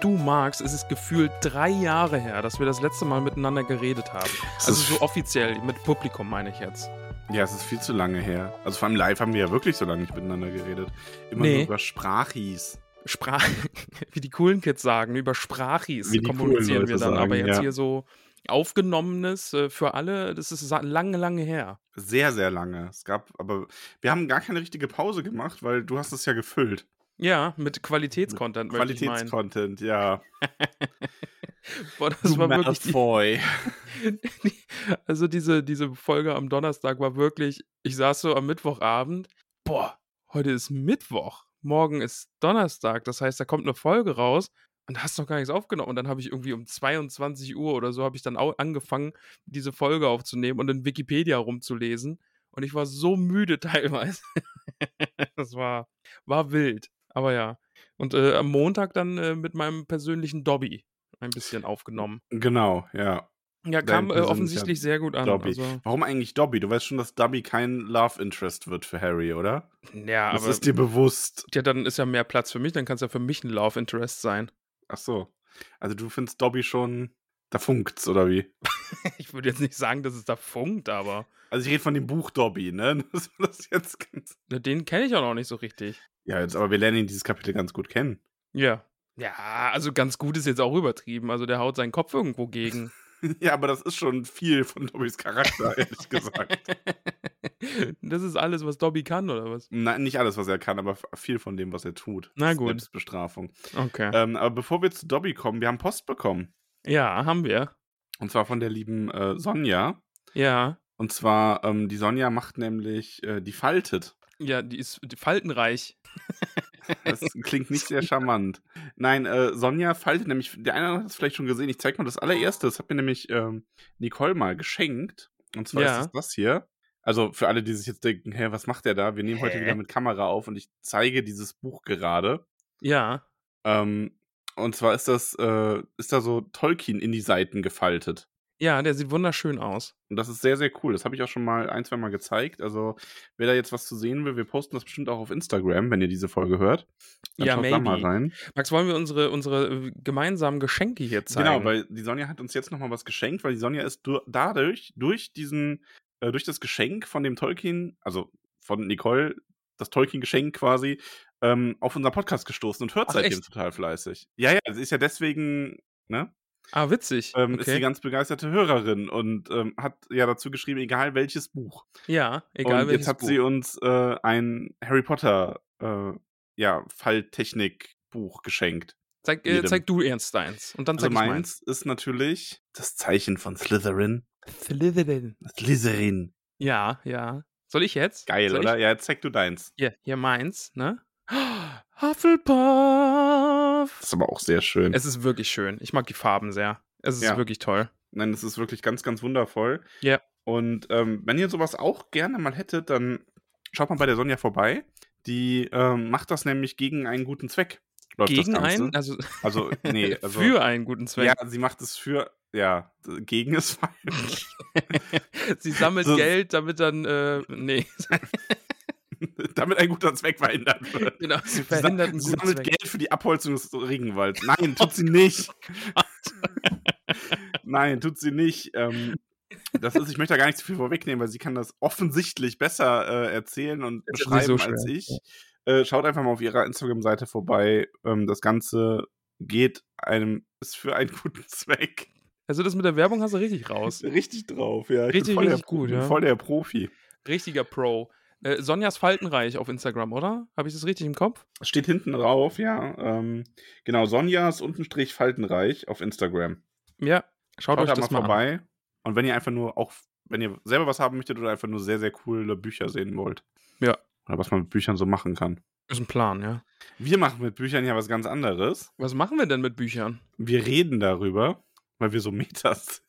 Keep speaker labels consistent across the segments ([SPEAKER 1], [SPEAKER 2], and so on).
[SPEAKER 1] du magst, es ist gefühlt drei Jahre her, dass wir das letzte Mal miteinander geredet haben.
[SPEAKER 2] Es
[SPEAKER 1] also
[SPEAKER 2] ist-
[SPEAKER 1] so offiziell, mit Publikum meine ich jetzt.
[SPEAKER 2] Ja, es ist viel zu lange her. Also vor allem live haben wir ja wirklich so lange nicht miteinander geredet. Immer
[SPEAKER 1] Nee.
[SPEAKER 2] nur über Sprachis.
[SPEAKER 1] Sprach, wie die coolen Kids sagen, über Sprachis
[SPEAKER 2] Wie die
[SPEAKER 1] kommunizieren
[SPEAKER 2] coolen
[SPEAKER 1] wir
[SPEAKER 2] Leute
[SPEAKER 1] dann.
[SPEAKER 2] sagen,
[SPEAKER 1] Aber jetzt
[SPEAKER 2] ja.
[SPEAKER 1] hier so aufgenommenes äh, für alle, das ist sa- lange, lange her.
[SPEAKER 2] Sehr, sehr lange. Es gab, aber wir haben gar keine richtige Pause gemacht, weil du hast es ja gefüllt.
[SPEAKER 1] Ja, mit Qualitätscontent möchte ich meinen.
[SPEAKER 2] Qualitätscontent, ja.
[SPEAKER 1] Boah, das
[SPEAKER 2] Du
[SPEAKER 1] war wirklich die,
[SPEAKER 2] Malfoy.
[SPEAKER 1] Also diese, diese Folge am Donnerstag war wirklich, ich saß so am Mittwochabend, boah, heute ist Mittwoch, morgen ist Donnerstag, das heißt, da kommt eine Folge raus und hast noch gar nichts aufgenommen. Und dann habe ich irgendwie um 22 Uhr oder so, habe ich dann au- angefangen, diese Folge aufzunehmen und in Wikipedia rumzulesen. Und ich war so müde teilweise. das war, war wild, aber ja. Und äh, am Montag dann äh, mit meinem persönlichen Dobby ein bisschen aufgenommen.
[SPEAKER 2] Genau, ja.
[SPEAKER 1] Ja,
[SPEAKER 2] Dein
[SPEAKER 1] kam äh,
[SPEAKER 2] persönlicher
[SPEAKER 1] offensichtlich sehr gut an.
[SPEAKER 2] Dobby.
[SPEAKER 1] Also,
[SPEAKER 2] Warum eigentlich Dobby? Du weißt schon, dass Dobby kein Love Interest wird für Harry, oder?
[SPEAKER 1] ja,
[SPEAKER 2] das
[SPEAKER 1] aber
[SPEAKER 2] ist dir bewusst.
[SPEAKER 1] ja, dann ist ja mehr Platz für mich, dann kann es ja für mich ein Love Interest sein.
[SPEAKER 2] Ach so. Also du findest Dobby schon, da funkt's, oder wie?
[SPEAKER 1] Ich würde jetzt nicht sagen, dass es da funkt, aber
[SPEAKER 2] Also ich rede von dem Buch Dobby, ne? Das war das jetzt ganz.
[SPEAKER 1] ne, den kenne ich auch noch nicht so richtig.
[SPEAKER 2] Ja, jetzt, aber wir lernen ihn dieses Kapitel ganz gut kennen.
[SPEAKER 1] Ja. Ja, also ganz gut ist jetzt auch übertrieben. Also der haut seinen Kopf irgendwo gegen.
[SPEAKER 2] ja, aber das ist schon viel von Dobbys Charakter, ehrlich gesagt.
[SPEAKER 1] das ist alles, was Dobby kann, oder was?
[SPEAKER 2] Nein, nicht alles, was er kann, aber viel von dem, was er tut.
[SPEAKER 1] Na
[SPEAKER 2] Das ist
[SPEAKER 1] gut.
[SPEAKER 2] Selbstbestrafung.
[SPEAKER 1] Okay.
[SPEAKER 2] Ähm, aber bevor wir zu Dobby kommen, wir haben Post bekommen.
[SPEAKER 1] Äh, Ja, haben wir.
[SPEAKER 2] Und zwar von der lieben äh, Sonja.
[SPEAKER 1] Ja.
[SPEAKER 2] Und zwar, ähm, die Sonja macht nämlich, äh, die faltet.
[SPEAKER 1] Ja, die ist die faltenreich.
[SPEAKER 2] Das klingt nicht sehr charmant. Nein, äh, Sonja faltet nämlich, der eine hat es vielleicht schon gesehen, ich zeig mal das allererste, das hat mir nämlich ähm, Nicole mal geschenkt. Und zwar
[SPEAKER 1] Ja.
[SPEAKER 2] ist das das hier. Also für alle, die sich jetzt denken, hä, was macht der da? Wir nehmen heute
[SPEAKER 1] Hä?
[SPEAKER 2] wieder mit Kamera auf und ich zeige dieses Buch gerade.
[SPEAKER 1] Ja.
[SPEAKER 2] Ähm, und zwar ist das, äh, ist da so Tolkien in die Seiten gefaltet.
[SPEAKER 1] Ja, der sieht wunderschön aus.
[SPEAKER 2] Und das ist sehr, sehr cool. Das habe ich auch schon mal ein, zwei Mal gezeigt. Also, wer da jetzt was zu sehen will, wir posten das bestimmt auch auf Instagram, wenn ihr diese Folge hört.
[SPEAKER 1] Ja,
[SPEAKER 2] schaut da mal
[SPEAKER 1] maybe.
[SPEAKER 2] rein.
[SPEAKER 1] Max, wollen wir unsere, unsere äh, gemeinsamen Geschenke hier zeigen?
[SPEAKER 2] Genau, weil die Sonja hat uns jetzt nochmal was geschenkt, weil die Sonja ist du dadurch, durch diesen, äh, durch das Geschenk von dem Tolkien, also von Nicole, das Tolkien-Geschenk quasi, ähm, auf unseren Podcast gestoßen und hört
[SPEAKER 1] Ach,
[SPEAKER 2] seitdem
[SPEAKER 1] echt?
[SPEAKER 2] total fleißig. Ja, ja, sie ist ja deswegen, ne,
[SPEAKER 1] Ah, witzig.
[SPEAKER 2] ähm, ist sie
[SPEAKER 1] okay.
[SPEAKER 2] ganz begeisterte Hörerin und ähm, hat ja dazu geschrieben, egal welches Buch.
[SPEAKER 1] Ja, egal
[SPEAKER 2] und
[SPEAKER 1] welches
[SPEAKER 2] jetzt hat
[SPEAKER 1] Buch.
[SPEAKER 2] sie uns äh, ein Harry Potter, äh, ja, Falltechnik-Buch geschenkt.
[SPEAKER 1] Zeig, äh,
[SPEAKER 2] Jedem.
[SPEAKER 1] zeig du ernst deins. Und dann
[SPEAKER 2] Also
[SPEAKER 1] zeig
[SPEAKER 2] meins ist natürlich das Zeichen von Slytherin.
[SPEAKER 1] ich meins. Slytherin.
[SPEAKER 2] Slytherin.
[SPEAKER 1] Ja, ja. Soll ich jetzt?
[SPEAKER 2] Geil,
[SPEAKER 1] Soll
[SPEAKER 2] oder?
[SPEAKER 1] Ich?
[SPEAKER 2] Ja, jetzt zeig du deins.
[SPEAKER 1] Hier, hier meins, ne? Hufflepuff.
[SPEAKER 2] Das ist aber auch sehr schön.
[SPEAKER 1] Es ist wirklich schön. Ich mag die Farben sehr. Es ist
[SPEAKER 2] Ja.
[SPEAKER 1] wirklich toll.
[SPEAKER 2] Nein, das ist wirklich ganz, ganz wundervoll.
[SPEAKER 1] Ja.
[SPEAKER 2] Und ähm, wenn ihr sowas auch gerne mal hättet, dann schaut mal bei der Sonja vorbei. Die ähm, macht das nämlich gegen einen guten Zweck. Läuft
[SPEAKER 1] Gegen
[SPEAKER 2] das Ganze.
[SPEAKER 1] einen, also,
[SPEAKER 2] Also, nee, also.
[SPEAKER 1] für einen guten Zweck.
[SPEAKER 2] Ja, sie macht es für. Ja, d- gegen ist falsch.
[SPEAKER 1] Sie sammelt
[SPEAKER 2] So-
[SPEAKER 1] Geld, damit dann, äh, nee,
[SPEAKER 2] Damit ein guter Zweck verhindert wird.
[SPEAKER 1] genau, sie
[SPEAKER 2] Sie sa-
[SPEAKER 1] verhindert einen
[SPEAKER 2] sie
[SPEAKER 1] guten
[SPEAKER 2] sammelt
[SPEAKER 1] Zweck.
[SPEAKER 2] Geld für die Abholzung des Regenwalds. Nein, tut sie nicht.
[SPEAKER 1] Oh
[SPEAKER 2] Nein, tut sie nicht. Ähm, das ist, ich möchte da gar nicht zu viel vorwegnehmen, weil sie kann das offensichtlich besser äh, erzählen und
[SPEAKER 1] Ist ja nicht
[SPEAKER 2] beschreiben
[SPEAKER 1] so
[SPEAKER 2] als
[SPEAKER 1] schwer.
[SPEAKER 2] ich. Äh, schaut einfach mal auf ihrer Instagram-Seite vorbei. Ähm, das Ganze geht einem, ist für einen guten Zweck.
[SPEAKER 1] Also das mit der Werbung hast du richtig raus.
[SPEAKER 2] Richtig drauf, ja. Ich
[SPEAKER 1] Richtig,
[SPEAKER 2] bin voll
[SPEAKER 1] richtig
[SPEAKER 2] der,
[SPEAKER 1] gut,
[SPEAKER 2] bin
[SPEAKER 1] ja.
[SPEAKER 2] Voll der Profi.
[SPEAKER 1] Richtiger Pro. Äh, Sonjas Faltenreich auf Instagram, oder? Habe ich das richtig im Kopf?
[SPEAKER 2] Es Steht hinten drauf, ja. Ähm, genau, Sonjas Untenstrich Faltenreich auf Instagram.
[SPEAKER 1] Ja, schaut,
[SPEAKER 2] Schaut
[SPEAKER 1] euch
[SPEAKER 2] da
[SPEAKER 1] das
[SPEAKER 2] mal
[SPEAKER 1] mal an.
[SPEAKER 2] vorbei. Und wenn ihr einfach nur auch, wenn ihr selber was haben möchtet oder einfach nur sehr, sehr coole Bücher sehen wollt.
[SPEAKER 1] Ja.
[SPEAKER 2] Oder was man mit Büchern so machen kann.
[SPEAKER 1] Ist ein Plan, ja.
[SPEAKER 2] Wir machen mit Büchern ja was ganz anderes.
[SPEAKER 1] Was machen wir denn mit Büchern?
[SPEAKER 2] Wir reden darüber, weil wir so Metas sind.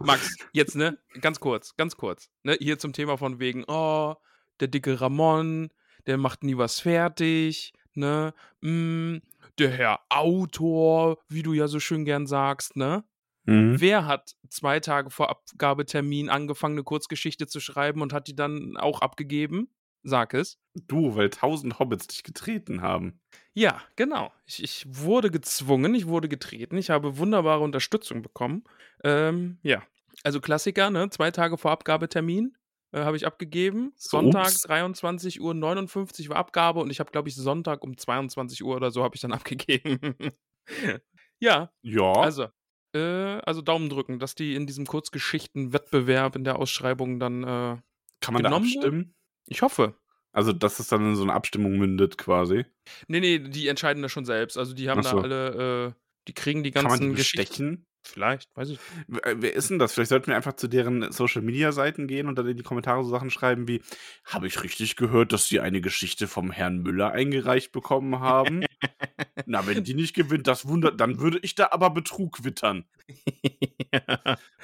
[SPEAKER 1] Max, jetzt, ne? Ganz kurz, ganz kurz. Ne? Hier zum Thema von wegen, oh, der dicke Ramon, der macht nie was fertig, ne? Mm, der Herr Autor, wie du ja so schön gern sagst, ne? Wer hat zwei Tage vor Abgabetermin angefangen, eine Kurzgeschichte zu schreiben und hat die dann auch abgegeben? Sag es.
[SPEAKER 2] Du, weil tausend Hobbits dich getreten haben.
[SPEAKER 1] Ja, genau. Ich, ich wurde gezwungen, ich wurde getreten, ich habe wunderbare Unterstützung bekommen. Ähm, ja, also Klassiker, ne? Zwei Tage vor Abgabetermin äh, habe ich abgegeben. Sonntag
[SPEAKER 2] ups.
[SPEAKER 1] 23.59 Uhr war Abgabe und ich habe, glaube ich, Sonntag um 22 Uhr oder so habe ich dann abgegeben. ja,
[SPEAKER 2] Ja.
[SPEAKER 1] also, äh, also Daumen drücken, dass die in diesem Kurzgeschichtenwettbewerb in der Ausschreibung dann, äh,
[SPEAKER 2] Kann man
[SPEAKER 1] genommen
[SPEAKER 2] da abstimmen?
[SPEAKER 1] ich hoffe.
[SPEAKER 2] Also, dass es dann in so eine Abstimmung mündet, quasi.
[SPEAKER 1] Nee, nee, die entscheiden das schon selbst. Also die haben
[SPEAKER 2] Ach so.
[SPEAKER 1] da alle, äh, die kriegen die
[SPEAKER 2] Kann man die
[SPEAKER 1] ganzen Geschichten.
[SPEAKER 2] bestechen?
[SPEAKER 1] Vielleicht, weiß ich.
[SPEAKER 2] W- äh, Wer ist denn das? Vielleicht sollten wir einfach zu deren Social-Media-Seiten gehen und dann in die Kommentare so Sachen schreiben wie: Habe ich richtig gehört, dass sie eine Geschichte vom Herrn Müller eingereicht bekommen haben? Na, wenn die nicht gewinnt, das wundert, dann würde ich da aber Betrug wittern.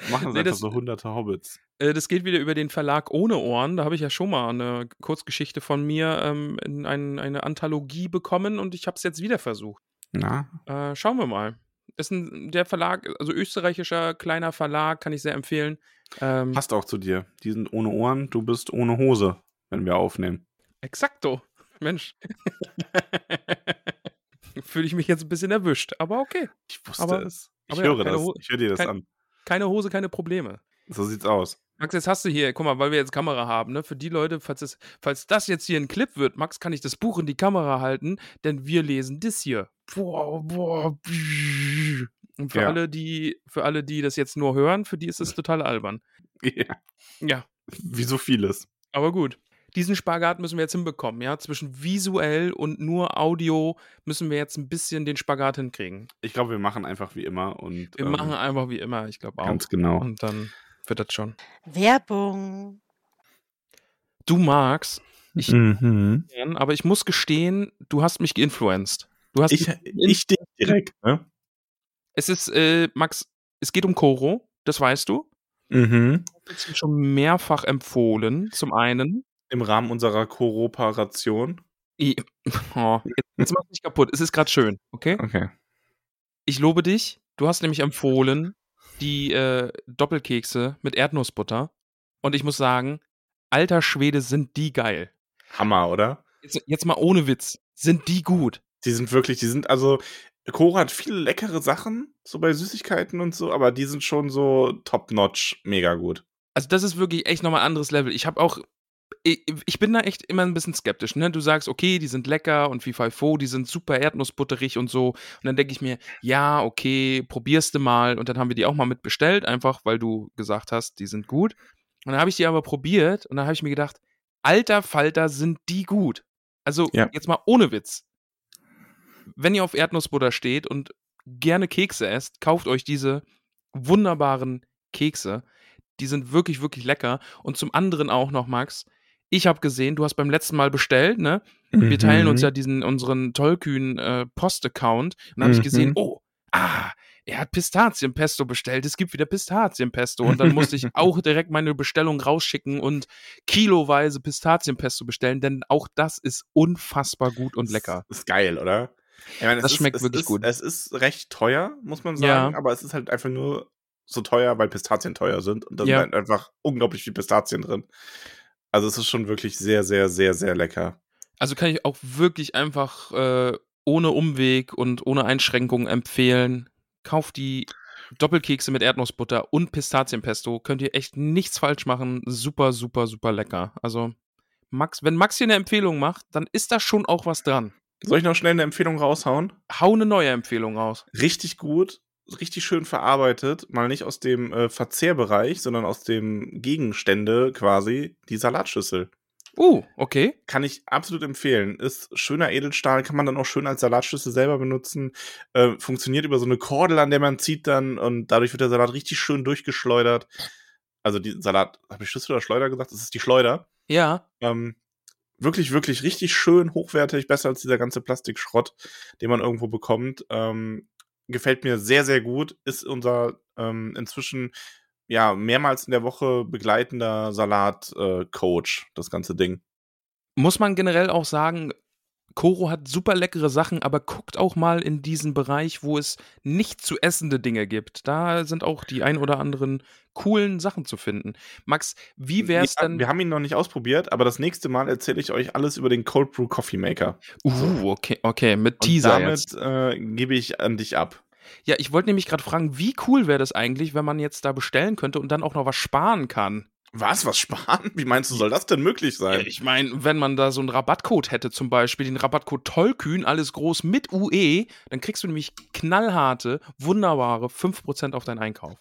[SPEAKER 2] Machen sie
[SPEAKER 1] Nee,
[SPEAKER 2] einfach
[SPEAKER 1] das-
[SPEAKER 2] so hunderte Hobbits.
[SPEAKER 1] Äh, das geht wieder über den Verlag ohne Ohren. Da habe ich ja schon mal eine Kurzgeschichte von mir ähm, in ein, eine Anthologie bekommen und ich habe es jetzt wieder versucht.
[SPEAKER 2] Na,
[SPEAKER 1] Äh, schauen wir mal. Ist ein, der Verlag, also österreichischer kleiner Verlag, kann ich sehr empfehlen. Ähm,
[SPEAKER 2] passt auch zu dir. Die sind ohne Ohren, du bist ohne Hose, wenn wir aufnehmen.
[SPEAKER 1] Exakto. Mensch. Fühle ich mich jetzt ein bisschen erwischt, aber okay.
[SPEAKER 2] Ich wusste
[SPEAKER 1] Aber-
[SPEAKER 2] es. Ich
[SPEAKER 1] aber ja,
[SPEAKER 2] höre
[SPEAKER 1] keine
[SPEAKER 2] das.
[SPEAKER 1] Ho-
[SPEAKER 2] ich höre dir das
[SPEAKER 1] kein-
[SPEAKER 2] an.
[SPEAKER 1] Keine Hose, keine Probleme.
[SPEAKER 2] So sieht's aus.
[SPEAKER 1] Max, jetzt hast du hier, guck mal, weil wir jetzt Kamera haben, ne? Für die Leute, falls, es, falls das jetzt hier ein Clip wird, Max, kann ich das Buch in die Kamera halten, denn wir lesen das hier. Boah, boah. bzzz. Und für
[SPEAKER 2] Ja.
[SPEAKER 1] alle, die, für alle, die das jetzt nur hören, für die ist es total albern.
[SPEAKER 2] Ja.
[SPEAKER 1] Ja,
[SPEAKER 2] Wie so vieles.
[SPEAKER 1] aber gut. Diesen Spagat müssen wir jetzt hinbekommen, ja? Zwischen visuell und nur Audio müssen wir jetzt ein bisschen den Spagat hinkriegen.
[SPEAKER 2] Ich glaube, wir machen einfach wie immer und
[SPEAKER 1] Wir
[SPEAKER 2] ähm,
[SPEAKER 1] machen einfach wie immer, ich glaube auch.
[SPEAKER 2] ganz genau.
[SPEAKER 1] Und dann wird das schon.
[SPEAKER 3] Werbung.
[SPEAKER 1] Du, Max, ich
[SPEAKER 2] Mhm.
[SPEAKER 1] gern, aber ich muss gestehen, du hast mich geinfluenced. Du hast
[SPEAKER 2] ich,
[SPEAKER 1] mich,
[SPEAKER 2] ich dich direkt, ne?
[SPEAKER 1] es ist, äh, Max, es geht um Koro, das weißt du.
[SPEAKER 2] Mhm.
[SPEAKER 1] Das ist schon mehrfach empfohlen, zum einen.
[SPEAKER 2] Im Rahmen unserer Kooperation.
[SPEAKER 1] I- Oh, jetzt, jetzt mach mich kaputt, es ist gerade schön, okay?
[SPEAKER 2] Okay.
[SPEAKER 1] Ich lobe dich, du hast nämlich empfohlen, die äh, Doppelkekse mit Erdnussbutter. Und ich muss sagen, alter Schwede, sind die geil.
[SPEAKER 2] Hammer, oder?
[SPEAKER 1] Jetzt, jetzt mal ohne Witz, sind die gut.
[SPEAKER 2] Die sind wirklich, die sind also. Cora hat viele leckere Sachen, so bei Süßigkeiten und so, aber die sind schon so top-notch, mega gut.
[SPEAKER 1] Also das ist wirklich echt nochmal ein anderes Level. Ich habe auch, ich, ich bin da echt immer ein bisschen skeptisch. Ne? Du sagst, okay, die sind lecker und wie FIFO, die sind super erdnussbutterig und so. Und dann denke ich mir, ja, okay, probierst du mal. Und dann haben wir die auch mal mitbestellt, einfach weil du gesagt hast, die sind gut. Und dann habe ich die aber probiert und dann habe ich mir gedacht, alter Falter, sind die gut. Also
[SPEAKER 2] Ja.
[SPEAKER 1] jetzt mal ohne Witz. Wenn ihr auf Erdnussbutter steht und gerne Kekse esst, kauft euch diese wunderbaren Kekse. Die sind wirklich, wirklich lecker. Und zum anderen auch noch, Max, ich habe gesehen, du hast beim letzten Mal bestellt, ne?
[SPEAKER 2] Mhm.
[SPEAKER 1] Wir teilen uns ja diesen, unseren tollkühnen äh, Post-Account. Und dann habe ich gesehen,
[SPEAKER 2] Mhm.
[SPEAKER 1] oh, ah, er hat Pistazienpesto bestellt. Es gibt wieder Pistazienpesto. Und dann musste ich auch direkt meine Bestellung rausschicken und kiloweise Pistazienpesto bestellen, denn auch das ist unfassbar gut und lecker.
[SPEAKER 2] Ist, ist geil, oder? Ich meine,
[SPEAKER 1] Das schmeckt
[SPEAKER 2] ist,
[SPEAKER 1] wirklich
[SPEAKER 2] ist,
[SPEAKER 1] gut.
[SPEAKER 2] Es ist recht teuer, muss man sagen,
[SPEAKER 1] Ja.
[SPEAKER 2] aber es ist halt einfach nur so teuer, weil Pistazien teuer sind und da
[SPEAKER 1] Ja.
[SPEAKER 2] sind halt einfach unglaublich viel Pistazien drin. Also es ist schon wirklich sehr, sehr, sehr, sehr lecker.
[SPEAKER 1] Also kann ich auch wirklich einfach äh, ohne Umweg und ohne Einschränkung empfehlen. Kauft die Doppelkekse mit Erdnussbutter und Pistazienpesto. Könnt ihr echt nichts falsch machen. Super, super, super lecker. Also Max, wenn Max hier eine Empfehlung macht, dann ist da schon auch was dran.
[SPEAKER 2] Soll ich noch schnell eine Empfehlung raushauen?
[SPEAKER 1] Hau eine neue Empfehlung raus.
[SPEAKER 2] Richtig gut richtig schön verarbeitet, mal nicht aus dem äh, Verzehrbereich, sondern aus dem Gegenstände quasi, die Salatschüssel.
[SPEAKER 1] Uh, okay.
[SPEAKER 2] Kann ich absolut empfehlen. Ist schöner Edelstahl, kann man dann auch schön als Salatschüssel selber benutzen. Äh, funktioniert über so eine Kordel, an der man zieht dann und dadurch wird der Salat richtig schön durchgeschleudert. Also die Salat, habe ich Schüssel oder Schleuder gesagt? Das ist die Schleuder.
[SPEAKER 1] Ja.
[SPEAKER 2] Ähm, wirklich, wirklich richtig schön, hochwertig, besser als dieser ganze Plastikschrott, den man irgendwo bekommt. Ähm, gefällt mir sehr, sehr gut. Ist unser ähm, inzwischen ja mehrmals in der Woche begleitender Salat-Coach, das ganze Ding.
[SPEAKER 1] Muss man generell auch sagen, Koro hat super leckere Sachen, aber guckt auch mal in diesen Bereich, wo es nicht zu essende Dinge gibt. Da sind auch die ein oder anderen coolen Sachen zu finden. Max, wie wär's
[SPEAKER 2] ja,
[SPEAKER 1] dann?
[SPEAKER 2] Wir haben ihn noch nicht ausprobiert, aber das nächste Mal erzähle ich euch alles über den Cold Brew Coffee Maker.
[SPEAKER 1] Uh, okay, okay, mit
[SPEAKER 2] Und
[SPEAKER 1] Teaser jetzt.
[SPEAKER 2] damit äh, gebe ich an dich ab.
[SPEAKER 1] Ja, ich wollte nämlich gerade fragen, wie cool wäre das eigentlich, wenn man jetzt da bestellen könnte und dann auch noch was sparen kann?
[SPEAKER 2] Was? Was sparen? Wie meinst du, soll das denn möglich
[SPEAKER 1] Ja,
[SPEAKER 2] sein?
[SPEAKER 1] Ich meine, wenn man da so einen Rabattcode hätte, zum Beispiel den Rabattcode Tollkühn, alles groß mit UE, dann kriegst du nämlich knallharte, wunderbare 5% auf deinen Einkauf.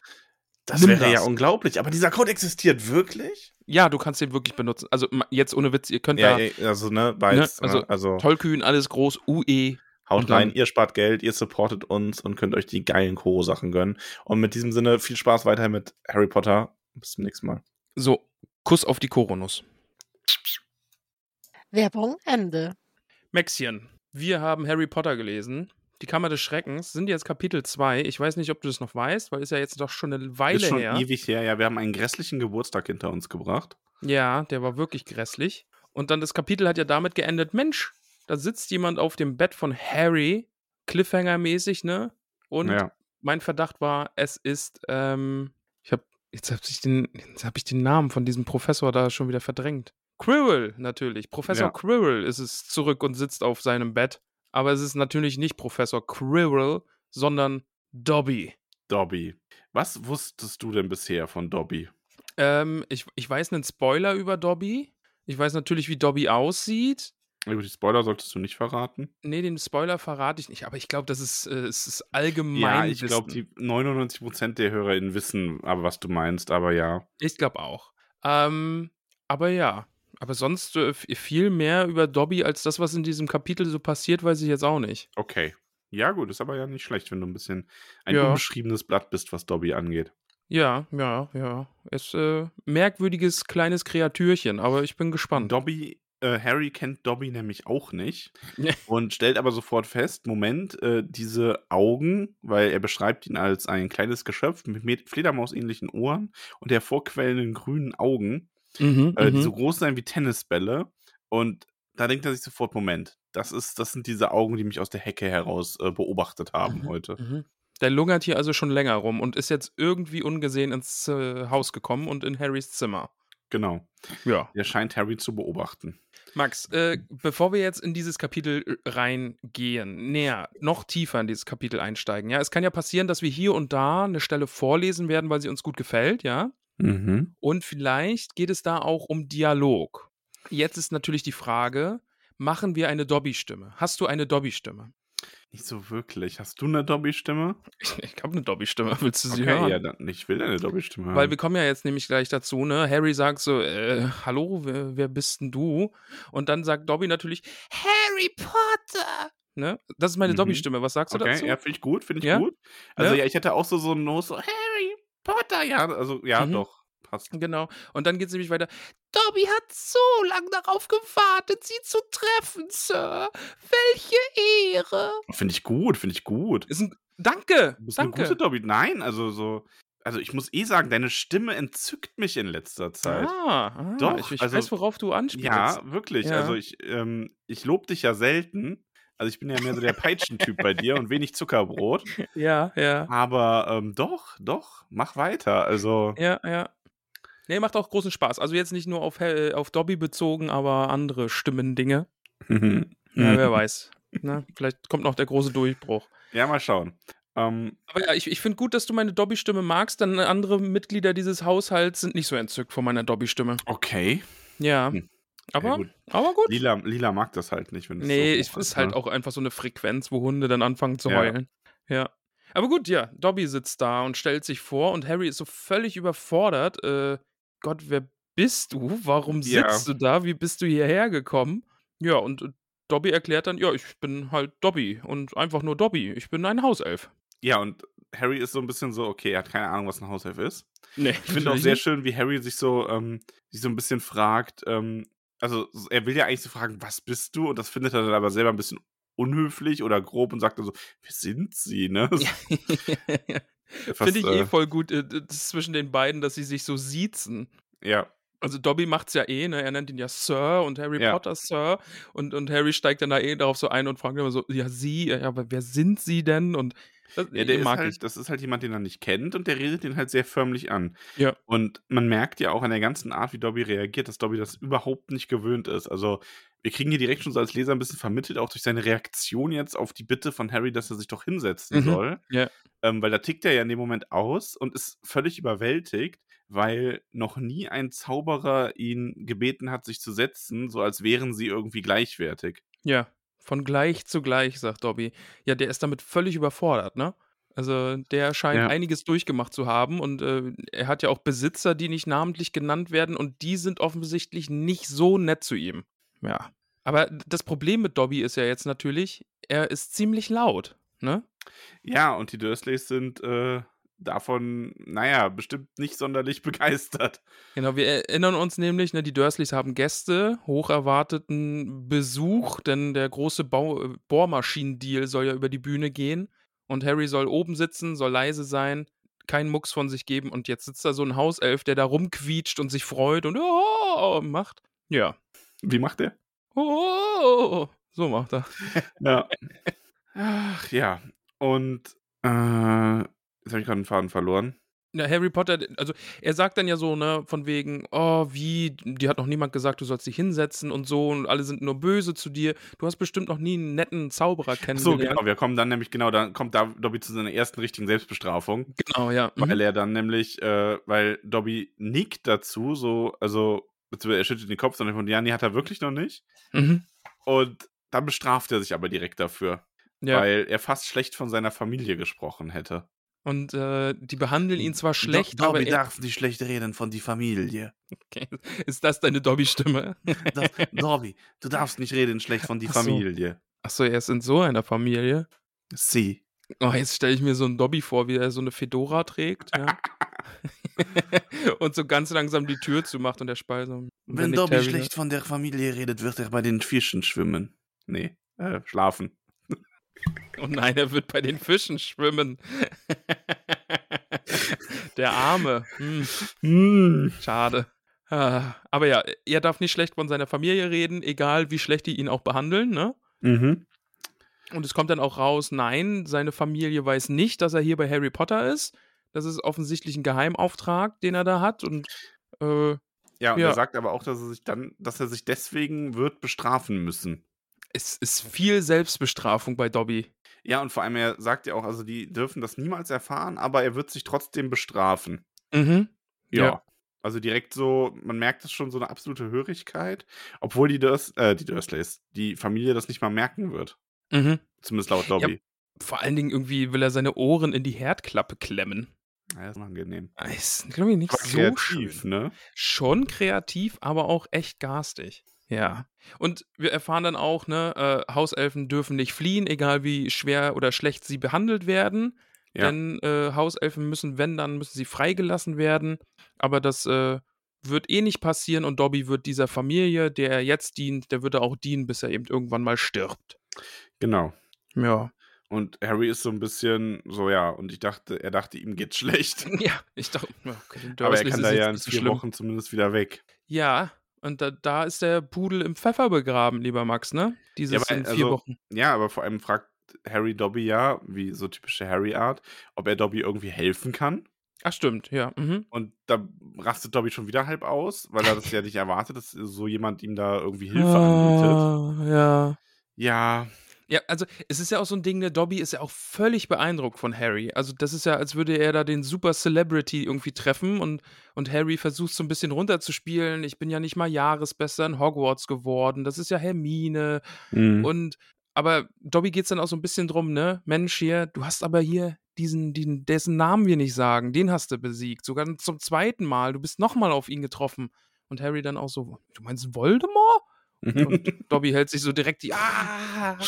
[SPEAKER 2] Das
[SPEAKER 1] nimm
[SPEAKER 2] wäre
[SPEAKER 1] das.
[SPEAKER 2] ja unglaublich. Aber dieser Code existiert wirklich?
[SPEAKER 1] Ja, du kannst den wirklich benutzen. Also ma- jetzt ohne Witz, ihr könnt
[SPEAKER 2] Ja,
[SPEAKER 1] da
[SPEAKER 2] ey, also, ne, weiß,
[SPEAKER 1] Ne,
[SPEAKER 2] ne,
[SPEAKER 1] also,
[SPEAKER 2] also
[SPEAKER 1] Tollkühn, alles groß, UE.
[SPEAKER 2] Haut
[SPEAKER 1] Und dann-
[SPEAKER 2] rein, ihr spart Geld, ihr supportet uns und könnt euch die geilen Koro-Sachen gönnen. Und mit diesem Sinne, viel Spaß weiter mit Harry Potter. Bis zum nächsten Mal.
[SPEAKER 1] So, Kuss auf die Koronus.
[SPEAKER 3] Werbung Ende.
[SPEAKER 1] Maxchen, wir haben Harry Potter gelesen. Die Kammer des Schreckens sind jetzt Kapitel 2. Ich weiß nicht, ob du das noch weißt, weil ist ja jetzt doch schon eine Weile
[SPEAKER 2] Ist schon
[SPEAKER 1] her.
[SPEAKER 2] ewig her, ja. Wir haben einen grässlichen Geburtstag hinter uns gebracht.
[SPEAKER 1] Ja, der war wirklich grässlich. Und dann das Kapitel hat ja damit geendet, Mensch, da sitzt jemand auf dem Bett von Harry, Cliffhanger-mäßig, ne? Und
[SPEAKER 2] ja.
[SPEAKER 1] mein Verdacht war, es ist, ähm, ich hab, jetzt hab ich den, jetzt hab ich den Namen von diesem Professor da schon wieder verdrängt. Quirrell, natürlich. Professor
[SPEAKER 2] Ja.
[SPEAKER 1] Quirrell ist es zurück und sitzt auf seinem Bett. Aber es ist natürlich nicht Professor Quirrell, sondern Dobby.
[SPEAKER 2] Dobby. Was wusstest du denn bisher von Dobby?
[SPEAKER 1] Ähm, ich, ich weiß einen Spoiler über Dobby. Ich weiß natürlich, wie Dobby aussieht.
[SPEAKER 2] Na gut, die Spoiler solltest du nicht verraten.
[SPEAKER 1] Nee, den Spoiler verrate ich nicht, aber ich glaube, das ist, äh, es ist allgemein.
[SPEAKER 2] ja, ich glaube,
[SPEAKER 1] Wissen.
[SPEAKER 2] die 99% der HörerInnen wissen aber, was du meinst, aber ja.
[SPEAKER 1] Ich glaube auch. Ähm, aber ja. Aber sonst äh, f- viel mehr über Dobby als das, was in diesem Kapitel so passiert, weiß ich jetzt auch nicht.
[SPEAKER 2] Okay. Ja, gut, ist aber ja nicht schlecht, wenn du ein bisschen ein
[SPEAKER 1] Ja.
[SPEAKER 2] unbeschriebenes Blatt bist, was Dobby angeht.
[SPEAKER 1] Ja, ja, ja. Ist äh, merkwürdiges kleines Kreatürchen, aber ich bin gespannt.
[SPEAKER 2] Dobby, äh, Harry kennt Dobby nämlich auch nicht
[SPEAKER 1] Ja.
[SPEAKER 2] und stellt aber sofort fest, Moment, äh, diese Augen, weil er beschreibt ihn als ein kleines Geschöpf mit Med- Fledermausähnlichen Ohren und hervorquellenden grünen Augen,
[SPEAKER 1] Mhm,
[SPEAKER 2] äh, die
[SPEAKER 1] mhm.
[SPEAKER 2] so groß sein wie Tennisbälle und da denkt er sich sofort, Moment, das, ist, das sind diese Augen, die mich aus der Hecke heraus äh, beobachtet haben
[SPEAKER 1] Mhm,
[SPEAKER 2] heute.
[SPEAKER 1] mhm. Der lungert hier also schon länger rum und ist jetzt irgendwie ungesehen ins äh, Haus gekommen und in Harrys Zimmer.
[SPEAKER 2] Genau.
[SPEAKER 1] Ja.
[SPEAKER 2] Er scheint Harry zu beobachten.
[SPEAKER 1] Max, äh, bevor wir jetzt in dieses Kapitel äh, reingehen, näher, noch tiefer in dieses Kapitel einsteigen, ja, es kann ja passieren, dass wir hier und da eine Stelle vorlesen werden, weil sie uns gut gefällt, ja,
[SPEAKER 2] Mhm.
[SPEAKER 1] und vielleicht geht es da auch um Dialog. Jetzt ist natürlich die Frage, machen wir eine Dobby-Stimme? Hast du eine Dobby-Stimme?
[SPEAKER 2] Nicht so wirklich. Hast du eine Dobby-Stimme?
[SPEAKER 1] Ich, ich habe eine Dobby-Stimme, willst du sie hören?
[SPEAKER 2] ja, dann, ich will eine Dobby-Stimme haben.
[SPEAKER 1] Weil wir kommen ja jetzt nämlich gleich dazu, ne? Harry sagt so, äh, hallo, wer, wer bist denn du? Und dann sagt Dobby natürlich, Harry Potter! Ne? Das ist meine
[SPEAKER 2] Mhm.
[SPEAKER 1] Dobby-Stimme. Was sagst du
[SPEAKER 2] okay,
[SPEAKER 1] dazu? Ne?
[SPEAKER 2] ja, finde ich gut, finde ich
[SPEAKER 1] Ja?
[SPEAKER 2] gut. Also
[SPEAKER 1] Ja?
[SPEAKER 2] ja. ich hätte auch so so einen Nose, so Harry Potter, ja, also ja,
[SPEAKER 1] Mhm.
[SPEAKER 2] doch, passt.
[SPEAKER 1] Genau. Und dann geht es nämlich weiter. Dobby hat so lange darauf gewartet, sie zu treffen, Sir. Welche Ehre!
[SPEAKER 2] Finde ich gut, finde ich gut.
[SPEAKER 1] Ist ein, danke!
[SPEAKER 2] Du bist eine gute
[SPEAKER 1] danke!
[SPEAKER 2] Dobby. Nein, also so, also ich muss eh sagen, deine Stimme entzückt mich in letzter Zeit.
[SPEAKER 1] Ah, ah,
[SPEAKER 2] Doch,
[SPEAKER 1] ich, ich
[SPEAKER 2] also-
[SPEAKER 1] weiß, worauf du anspielst.
[SPEAKER 2] ja, wirklich.
[SPEAKER 1] Ja.
[SPEAKER 2] Also ich, ähm, ich lobe dich ja selten. Also ich bin ja mehr so der Peitschentyp bei dir und wenig Zuckerbrot.
[SPEAKER 1] ja, ja.
[SPEAKER 2] Aber ähm, doch, doch, mach weiter. Also
[SPEAKER 1] Ja, ja. Nee, macht auch großen Spaß. Also jetzt nicht nur auf, Hel- auf Dobby bezogen, aber andere Stimmendinge. Ja, wer weiß. Ne? Vielleicht kommt noch der große Durchbruch.
[SPEAKER 2] ja, mal schauen. Ähm,
[SPEAKER 1] Aber ja, ich, ich finde gut, dass du meine Dobby-Stimme magst, denn andere Mitglieder dieses Haushalts sind nicht so entzückt von meiner Dobby-Stimme.
[SPEAKER 2] okay.
[SPEAKER 1] Ja.
[SPEAKER 2] Hm.
[SPEAKER 1] Aber,
[SPEAKER 2] gut.
[SPEAKER 1] aber gut.
[SPEAKER 2] Lila, Lila mag das halt nicht, wenn es
[SPEAKER 1] Nee,
[SPEAKER 2] so
[SPEAKER 1] ich,
[SPEAKER 2] hoch
[SPEAKER 1] ist halt
[SPEAKER 2] ne?
[SPEAKER 1] auch einfach so eine Frequenz, wo Hunde dann anfangen zu
[SPEAKER 2] Ja.
[SPEAKER 1] heulen. Ja. Aber gut, ja, Dobby sitzt da und stellt sich vor und Harry ist so völlig überfordert. Äh, Gott, wer bist du? Warum
[SPEAKER 2] Ja.
[SPEAKER 1] sitzt du da? Wie bist du hierher gekommen? Ja, und äh, Dobby erklärt dann, ja, ich bin halt Dobby und einfach nur Dobby. Ich bin ein Hauself.
[SPEAKER 2] Ja, und Harry ist so ein bisschen so, okay, er hat keine Ahnung, was ein Hauself ist.
[SPEAKER 1] Nee,
[SPEAKER 2] Ich finde auch sehr schön, wie Harry sich so, ähm, sich so ein bisschen fragt, ähm, also er will ja eigentlich so fragen, was bist du? Und das findet er dann aber selber ein bisschen unhöflich oder grob und sagt dann so, wer sind sie, ne?
[SPEAKER 1] Finde ich eh
[SPEAKER 2] äh,
[SPEAKER 1] voll gut äh, das zwischen den beiden, dass sie sich so siezen.
[SPEAKER 2] Ja,
[SPEAKER 1] Also Dobby macht's ja eh, ne? Er nennt ihn ja Sir und Harry
[SPEAKER 2] Ja.
[SPEAKER 1] Potter Sir. Und, und Harry steigt dann da eh darauf so ein und fragt immer so, ja, sie, ja, aber wer sind sie denn? Und das
[SPEAKER 2] Ja, der ist
[SPEAKER 1] mag
[SPEAKER 2] halt,
[SPEAKER 1] ich.
[SPEAKER 2] das ist halt jemand, den er nicht kennt und der redet ihn halt sehr förmlich an.
[SPEAKER 1] Ja.
[SPEAKER 2] Und man merkt ja auch an der ganzen Art, wie Dobby reagiert, dass Dobby das überhaupt nicht gewöhnt ist. Also wir kriegen hier direkt schon so als Leser ein bisschen vermittelt, auch durch seine Reaktion jetzt auf die Bitte von Harry, dass er sich doch hinsetzen
[SPEAKER 1] Mhm,
[SPEAKER 2] soll.
[SPEAKER 1] ja.
[SPEAKER 2] Ähm, weil da tickt er ja in dem Moment aus und ist völlig überwältigt, weil noch nie ein Zauberer ihn gebeten hat, sich zu setzen, so als wären sie irgendwie gleichwertig.
[SPEAKER 1] Ja, von gleich zu gleich, sagt Dobby. Ja, der ist damit völlig überfordert, ne? Also der scheint
[SPEAKER 2] Ja.
[SPEAKER 1] einiges durchgemacht zu haben und äh, er hat ja auch Besitzer, die nicht namentlich genannt werden und die sind offensichtlich nicht so nett zu ihm. Ja. Aber das Problem mit Dobby ist ja jetzt natürlich, er ist ziemlich laut, ne?
[SPEAKER 2] Ja, und die Dursleys sind äh, davon, naja, bestimmt nicht sonderlich begeistert.
[SPEAKER 1] Genau, wir erinnern uns nämlich, ne, die Dursleys haben Gäste, hoch erwarteten Besuch, denn der große Bau äh, Bohrmaschinendeal soll ja über die Bühne gehen und Harry soll oben sitzen, soll leise sein, keinen Mucks von sich geben und jetzt sitzt da so ein Hauself, der da rumquietscht und sich freut und oh, macht. Ja.
[SPEAKER 2] Wie macht er?
[SPEAKER 1] Oh, so macht er.
[SPEAKER 2] Ja. Ach ja. Und äh, jetzt habe ich gerade einen Faden verloren.
[SPEAKER 1] Ja, Harry Potter, also er sagt dann ja so, ne, von wegen, oh, wie, dir hat noch niemand gesagt, du sollst dich hinsetzen und so und alle sind nur böse zu dir. Du hast bestimmt noch nie einen netten Zauberer
[SPEAKER 2] Ach So,
[SPEAKER 1] kennengelernt.
[SPEAKER 2] genau. Wir kommen dann nämlich, genau, dann kommt da Dobby zu seiner ersten richtigen Selbstbestrafung,
[SPEAKER 1] genau. ja. Mhm.
[SPEAKER 2] weil er dann nämlich, äh, weil Dobby nickt dazu, so, also, beziehungsweise er schüttelt den Kopf, sondern von Jani hat er wirklich noch nicht.
[SPEAKER 1] Mhm.
[SPEAKER 2] Und dann bestraft er sich aber direkt dafür,
[SPEAKER 1] Ja,
[SPEAKER 2] weil er fast schlecht von seiner Familie gesprochen hätte.
[SPEAKER 1] und äh, die behandeln ihn zwar schlecht,
[SPEAKER 2] Do
[SPEAKER 1] aber
[SPEAKER 2] Dobby
[SPEAKER 1] er,
[SPEAKER 2] darf nicht schlecht reden von die Familie.
[SPEAKER 1] okay, ist das deine Dobby-Stimme?
[SPEAKER 2] Das, Dobby, du darfst nicht reden schlecht von die
[SPEAKER 1] Ach so.
[SPEAKER 2] Familie.
[SPEAKER 1] Achso, er ist in so einer Familie.
[SPEAKER 2] Sie.
[SPEAKER 1] Oh, jetzt stelle ich mir so einen Dobby vor, wie er so eine Fedora trägt, ja. und so ganz langsam die Tür zumacht und der Speise. Und dann
[SPEAKER 2] Wenn
[SPEAKER 1] nickt
[SPEAKER 2] Dobby
[SPEAKER 1] Harry, ne?
[SPEAKER 2] schlecht von der Familie redet, wird er bei den Fischen schwimmen. Nee, äh, schlafen.
[SPEAKER 1] Oh nein, er wird bei den Fischen schwimmen. Der Arme. Hm,
[SPEAKER 2] Hm.
[SPEAKER 1] schade. Ah, Aber ja, er darf nicht schlecht von seiner Familie reden, egal wie schlecht die ihn auch behandeln, ne?
[SPEAKER 2] Mhm.
[SPEAKER 1] Und es kommt dann auch raus, nein, seine Familie weiß nicht, dass er hier bei Harry Potter ist. Das ist offensichtlich ein Geheimauftrag, den er da hat. Und äh,
[SPEAKER 2] Ja, und
[SPEAKER 1] Ja.
[SPEAKER 2] er sagt aber auch, dass er sich dann, dass er sich deswegen wird bestrafen müssen.
[SPEAKER 1] es ist viel Selbstbestrafung bei Dobby.
[SPEAKER 2] Ja, und vor allem, er sagt ja auch, also die dürfen das niemals erfahren, aber er wird sich trotzdem bestrafen.
[SPEAKER 1] Mhm.
[SPEAKER 2] Ja.
[SPEAKER 1] Ja.
[SPEAKER 2] Also direkt so, man merkt es schon, so eine absolute Hörigkeit, obwohl die, Durs äh, die Dursleys, die Familie das nicht mal merken wird.
[SPEAKER 1] Mhm.
[SPEAKER 2] Zumindest laut Lobby.
[SPEAKER 1] Vor allen Dingen irgendwie will er seine Ohren in die Herdklappe klemmen.
[SPEAKER 2] Ja, ist unangenehm.
[SPEAKER 1] Ah, Ist, glaube ich, nicht so schön.
[SPEAKER 2] ne?
[SPEAKER 1] Schon kreativ, aber auch echt garstig. Ja. Und wir erfahren dann auch, ne, äh, Hauselfen dürfen nicht fliehen, egal wie schwer oder schlecht sie behandelt werden.
[SPEAKER 2] Ja.
[SPEAKER 1] Denn äh, Hauselfen müssen, wenn, dann müssen sie freigelassen werden. Aber das äh, wird eh nicht passieren und Dobby wird dieser Familie, der er jetzt dient, der wird er auch dienen, bis er eben irgendwann mal stirbt.
[SPEAKER 2] Genau.
[SPEAKER 1] Ja.
[SPEAKER 2] Und Harry ist so ein bisschen so, ja, und ich dachte, er dachte, ihm geht's schlecht.
[SPEAKER 1] Ja, ich dachte, ja, okay,
[SPEAKER 2] aber er
[SPEAKER 1] Dursleys
[SPEAKER 2] kann
[SPEAKER 1] ist
[SPEAKER 2] da
[SPEAKER 1] jetzt
[SPEAKER 2] ja in
[SPEAKER 1] nicht so
[SPEAKER 2] vier
[SPEAKER 1] schlimm.
[SPEAKER 2] Wochen zumindest wieder weg.
[SPEAKER 1] Ja, und da, da ist der Pudel im Pfeffer begraben, lieber Max, ne? Dieses
[SPEAKER 2] Ja, aber,
[SPEAKER 1] in vier
[SPEAKER 2] also,
[SPEAKER 1] Wochen.
[SPEAKER 2] Ja, aber vor allem fragt Harry Dobby ja, wie so typische Harry-Art, ob er Dobby irgendwie helfen kann.
[SPEAKER 1] Ach, stimmt, ja. Mhm.
[SPEAKER 2] Und da rastet Dobby schon wieder halb aus, weil er das ja nicht erwartet, dass so jemand ihm da irgendwie Hilfe anbietet.
[SPEAKER 1] ah, ja.
[SPEAKER 2] Ja,
[SPEAKER 1] Ja, also es ist ja auch so ein Ding, der Dobby ist ja auch völlig beeindruckt von Harry. Also das ist ja, als würde er da den Super Celebrity irgendwie treffen und, und Harry versucht so ein bisschen runterzuspielen. Ich bin ja nicht mal Jahresbester in Hogwarts geworden. Das ist ja Hermine.
[SPEAKER 2] Mhm.
[SPEAKER 1] Hm. Und aber Dobby geht's dann auch so ein bisschen drum, ne? Mensch hier, du hast aber hier diesen, diesen, dessen Namen wir nicht sagen, den hast du besiegt. Sogar zum zweiten Mal. Du bist nochmal auf ihn getroffen. Und Harry dann auch so, du meinst Voldemort? Und Dobby hält sich so direkt die. Ah!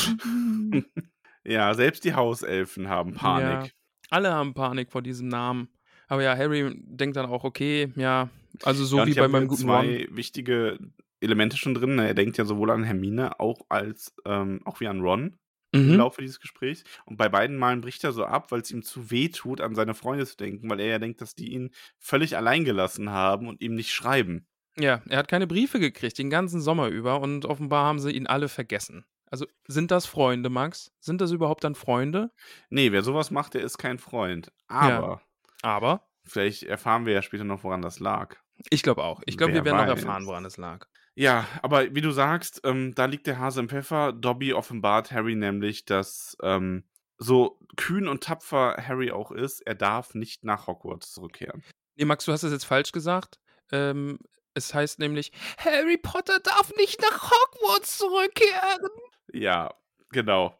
[SPEAKER 2] ja, selbst die Hauselfen haben
[SPEAKER 1] Ja.
[SPEAKER 2] Panik.
[SPEAKER 1] Alle haben Panik vor diesem Namen. Aber ja, Harry denkt dann auch, okay, ja, also so
[SPEAKER 2] ja, und
[SPEAKER 1] wie
[SPEAKER 2] hier
[SPEAKER 1] bei
[SPEAKER 2] haben wir
[SPEAKER 1] meinem guten Ron.
[SPEAKER 2] zwei wichtige Elemente schon drin. ne? Er denkt ja sowohl an Hermine auch als ähm, auch wie an Ron im
[SPEAKER 1] Mhm.
[SPEAKER 2] Laufe dieses Gesprächs. Und bei beiden Malen bricht er so ab, weil es ihm zu weh tut, an seine Freunde zu denken, weil er ja denkt, dass die ihn völlig allein gelassen haben und ihm nicht schreiben.
[SPEAKER 1] Ja, er hat keine Briefe gekriegt, den ganzen Sommer über. Und offenbar haben sie ihn alle vergessen. Also sind das Freunde, Max? Sind das überhaupt dann Freunde?
[SPEAKER 2] Nee, wer sowas macht, der ist kein Freund. Aber
[SPEAKER 1] Aber
[SPEAKER 2] vielleicht erfahren wir ja später noch, woran das lag.
[SPEAKER 1] ich glaube auch. Ich glaube, wir
[SPEAKER 2] Wer
[SPEAKER 1] werden noch
[SPEAKER 2] weiß.
[SPEAKER 1] erfahren, woran es lag.
[SPEAKER 2] Ja, aber wie du sagst, ähm, da liegt der Hase im Pfeffer. Dobby offenbart Harry nämlich, dass ähm, so kühn und tapfer Harry auch ist, er darf nicht nach Hogwarts zurückkehren.
[SPEAKER 1] Nee, Max, du hast es jetzt falsch gesagt. Ähm, es heißt nämlich, Harry Potter darf nicht nach Hogwarts zurückkehren.
[SPEAKER 2] Ja, genau.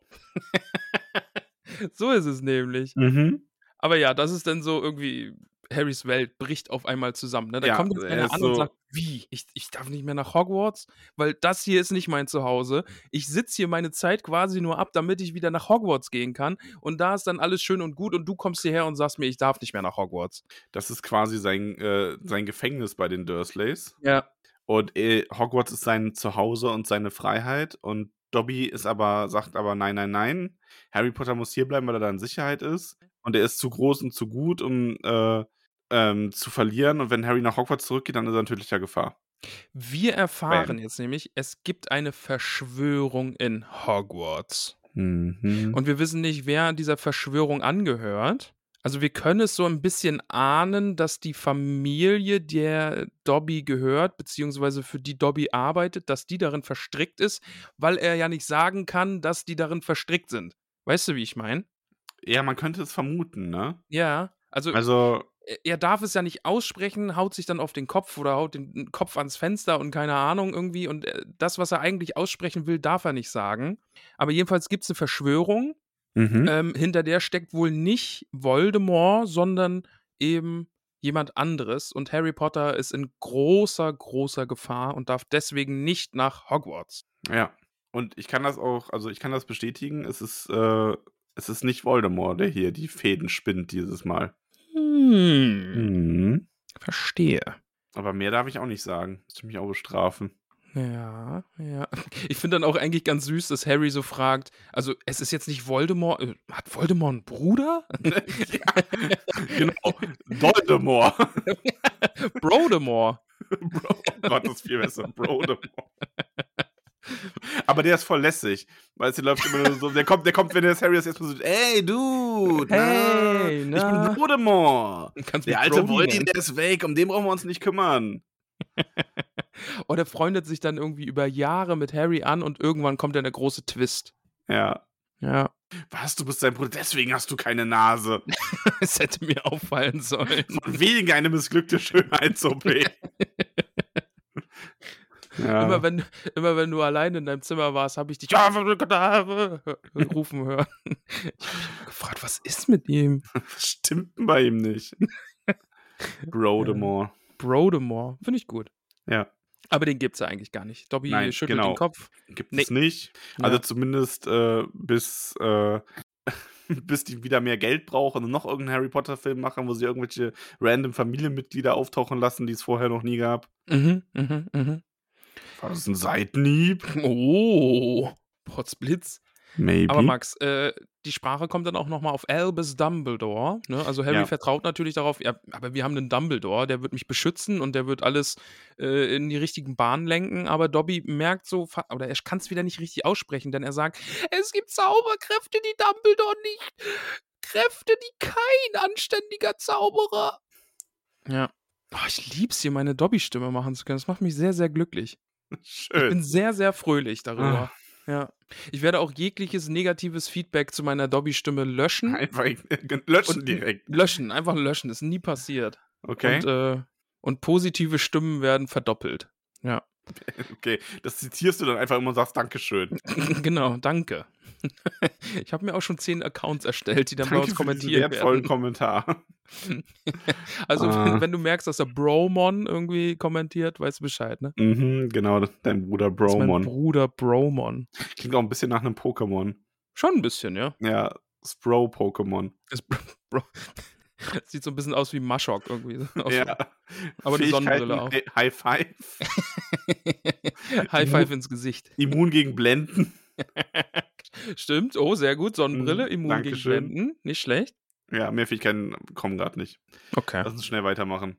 [SPEAKER 1] So ist es nämlich.
[SPEAKER 2] Mhm.
[SPEAKER 1] Aber ja, das ist dann so irgendwie, Harrys Welt bricht auf einmal zusammen. Ne? Da
[SPEAKER 2] Ja,
[SPEAKER 1] kommt jetzt
[SPEAKER 2] also
[SPEAKER 1] einer
[SPEAKER 2] er ist
[SPEAKER 1] an und
[SPEAKER 2] so-
[SPEAKER 1] sagt, wie? Ich, ich darf nicht mehr nach Hogwarts, weil das hier ist nicht mein Zuhause. Ich sitze hier meine Zeit quasi nur ab, damit ich wieder nach Hogwarts gehen kann. Und da ist dann alles schön und gut und du kommst hierher und sagst mir, ich darf nicht mehr nach Hogwarts.
[SPEAKER 2] Das ist quasi sein, äh, sein Gefängnis bei den Dursleys.
[SPEAKER 1] Ja.
[SPEAKER 2] Und äh, Hogwarts ist sein Zuhause und seine Freiheit. Und Dobby ist aber, sagt aber nein, nein, nein. Harry Potter muss hier bleiben, weil er da in Sicherheit ist. Und er ist zu groß und zu gut, um äh, ähm, zu verlieren. Und wenn Harry nach Hogwarts zurückgeht, dann ist er in tödlicher Gefahr.
[SPEAKER 1] Wir erfahren
[SPEAKER 2] Bam.
[SPEAKER 1] jetzt nämlich, es gibt eine Verschwörung in Hogwarts.
[SPEAKER 2] Mhm.
[SPEAKER 1] Und wir wissen nicht, wer dieser Verschwörung angehört. Also wir können es so ein bisschen ahnen, dass die Familie, der Dobby gehört, beziehungsweise für die Dobby arbeitet, dass die darin verstrickt ist, weil er ja nicht sagen kann, dass die darin verstrickt sind. Weißt du, wie ich meine?
[SPEAKER 2] ja, man könnte es vermuten, ne?
[SPEAKER 1] Ja. Also,
[SPEAKER 2] Also,
[SPEAKER 1] er- er darf es ja nicht aussprechen, haut sich dann auf den Kopf oder haut den Kopf ans Fenster und keine Ahnung irgendwie. Und äh, das, was er eigentlich aussprechen will, darf er nicht sagen. Aber jedenfalls gibt es eine Verschwörung
[SPEAKER 2] Mhm. äh,
[SPEAKER 1] ähm, hinter der steckt wohl nicht Voldemort, sondern eben jemand anderes. Und Harry Potter ist in großer, großer Gefahr und darf deswegen nicht nach Hogwarts.
[SPEAKER 2] ja. Und ich kann das auch, also ich kann das bestätigen, es ist, äh, es ist nicht Voldemort, der hier die Fäden spinnt dieses Mal.
[SPEAKER 1] Hm.
[SPEAKER 2] Mhm.
[SPEAKER 1] Verstehe.
[SPEAKER 2] Aber mehr darf ich auch nicht sagen. Müsste mich auch bestrafen.
[SPEAKER 1] Ja, ja. Ich finde dann auch eigentlich ganz süß, dass Harry so fragt, also es ist jetzt nicht Voldemort, äh, hat Voldemort einen Bruder?
[SPEAKER 2] Genau. Voldemort.
[SPEAKER 1] Brodemore.
[SPEAKER 2] Bro, oh Gott, das ist viel besser. Brodemort. Aber der ist voll lässig. Weißt du, der läuft immer nur so. Der kommt, der kommt, wenn der Harry das erstmal so. Ey, du!
[SPEAKER 1] Hey, ne?"
[SPEAKER 2] Ich
[SPEAKER 1] na?"
[SPEAKER 2] bin Brodemort.
[SPEAKER 1] Kannst mich
[SPEAKER 2] Der alte
[SPEAKER 1] Brody
[SPEAKER 2] Voldy,
[SPEAKER 1] nennen.
[SPEAKER 2] der ist weg. Um den brauchen wir uns nicht kümmern.
[SPEAKER 1] Oder Oh, freundet sich dann irgendwie über Jahre mit Harry an und irgendwann kommt dann der große Twist.
[SPEAKER 2] Ja.
[SPEAKER 1] Ja.
[SPEAKER 2] Was, du bist sein Bruder, deswegen hast du keine Nase.
[SPEAKER 1] Es hätte mir auffallen sollen.
[SPEAKER 2] Von wegen eine missglückte Schönheits-OP. ja.
[SPEAKER 1] Immer, wenn, immer wenn du allein in deinem Zimmer warst, habe ich dich äh," rufen hören. Ich habe mich gefragt, was ist mit ihm?
[SPEAKER 2] Was stimmt denn bei ihm nicht? Brodemore.
[SPEAKER 1] Brodemore. Finde ich gut.
[SPEAKER 2] Ja.
[SPEAKER 1] Aber den gibt es ja eigentlich gar nicht. Dobby
[SPEAKER 2] Nein,
[SPEAKER 1] schüttelt
[SPEAKER 2] genau.
[SPEAKER 1] den Kopf.
[SPEAKER 2] Gibt
[SPEAKER 1] Nee.
[SPEAKER 2] es nicht. Also zumindest äh, bis, äh, bis die wieder mehr Geld brauchen und noch irgendeinen Harry Potter-Film machen, wo sie irgendwelche random Familienmitglieder auftauchen lassen, die es vorher noch nie gab.
[SPEAKER 1] Mhm, mhm, mhm.
[SPEAKER 2] War das ein Seitenhieb?
[SPEAKER 1] Oh, Potzblitz.
[SPEAKER 2] Maybe.
[SPEAKER 1] Aber Max, äh, die Sprache kommt dann auch nochmal auf Albus Dumbledore. Ne? Also Harry
[SPEAKER 2] Ja.
[SPEAKER 1] vertraut natürlich darauf, ja, aber wir haben einen Dumbledore, der wird mich beschützen und der wird alles äh, in die richtigen Bahnen lenken. Aber Dobby merkt so, fa- oder er kann es wieder nicht richtig aussprechen, denn er sagt, es gibt Zauberkräfte, die Dumbledore nicht. Kräfte, die kein anständiger Zauberer. Ja. Oh, ich lieb's hier, meine Dobby-Stimme machen zu können. Das macht mich sehr, sehr glücklich. Ich bin
[SPEAKER 2] Schön.
[SPEAKER 1] sehr, sehr fröhlich darüber.
[SPEAKER 2] Ah.
[SPEAKER 1] Ja. Ich werde auch jegliches negatives Feedback zu meiner Dobby-Stimme löschen.
[SPEAKER 2] Einfach löschen
[SPEAKER 1] Und-
[SPEAKER 2] direkt.
[SPEAKER 1] Löschen, einfach löschen. Ist nie passiert.
[SPEAKER 2] Okay.
[SPEAKER 1] Und, äh, und positive Stimmen werden verdoppelt. äh,
[SPEAKER 2] okay. Das zitierst du dann einfach immer und sagst Dankeschön.
[SPEAKER 1] genau, danke. Ich habe mir auch schon zehn Accounts erstellt, die dann bei
[SPEAKER 2] Danke
[SPEAKER 1] uns
[SPEAKER 2] für diesen
[SPEAKER 1] kommentieren
[SPEAKER 2] wertvollen
[SPEAKER 1] werden.
[SPEAKER 2] Kommentar.
[SPEAKER 1] Also,
[SPEAKER 2] Ah.
[SPEAKER 1] wenn, wenn du merkst, dass der Bromon irgendwie kommentiert, weißt du Bescheid, ne?
[SPEAKER 2] Mhm, genau, dein Bruder
[SPEAKER 1] Das ist mein
[SPEAKER 2] Bromon.
[SPEAKER 1] Bruder Bromon.
[SPEAKER 2] Klingt auch ein bisschen nach einem Pokémon.
[SPEAKER 1] Schon ein bisschen, ja.
[SPEAKER 2] Ja, Spro-Pokémon.
[SPEAKER 1] Ist Bro. Sieht so ein bisschen aus wie Maschok irgendwie. so Aus
[SPEAKER 2] Ja.
[SPEAKER 1] Aber die
[SPEAKER 2] Fähigkeiten,
[SPEAKER 1] Sonnenbrille auch.
[SPEAKER 2] Hi- High Five.
[SPEAKER 1] High Five ins Gesicht.
[SPEAKER 2] Immun gegen Blenden.
[SPEAKER 1] Stimmt, oh, sehr gut. Sonnenbrille,
[SPEAKER 2] Mhm,
[SPEAKER 1] immun
[SPEAKER 2] Dankeschön.
[SPEAKER 1] gegen Blenden. Nicht schlecht.
[SPEAKER 2] Ja, mehr Fähigkeiten kommen gerade nicht.
[SPEAKER 1] Okay.
[SPEAKER 2] Lass uns schnell weitermachen.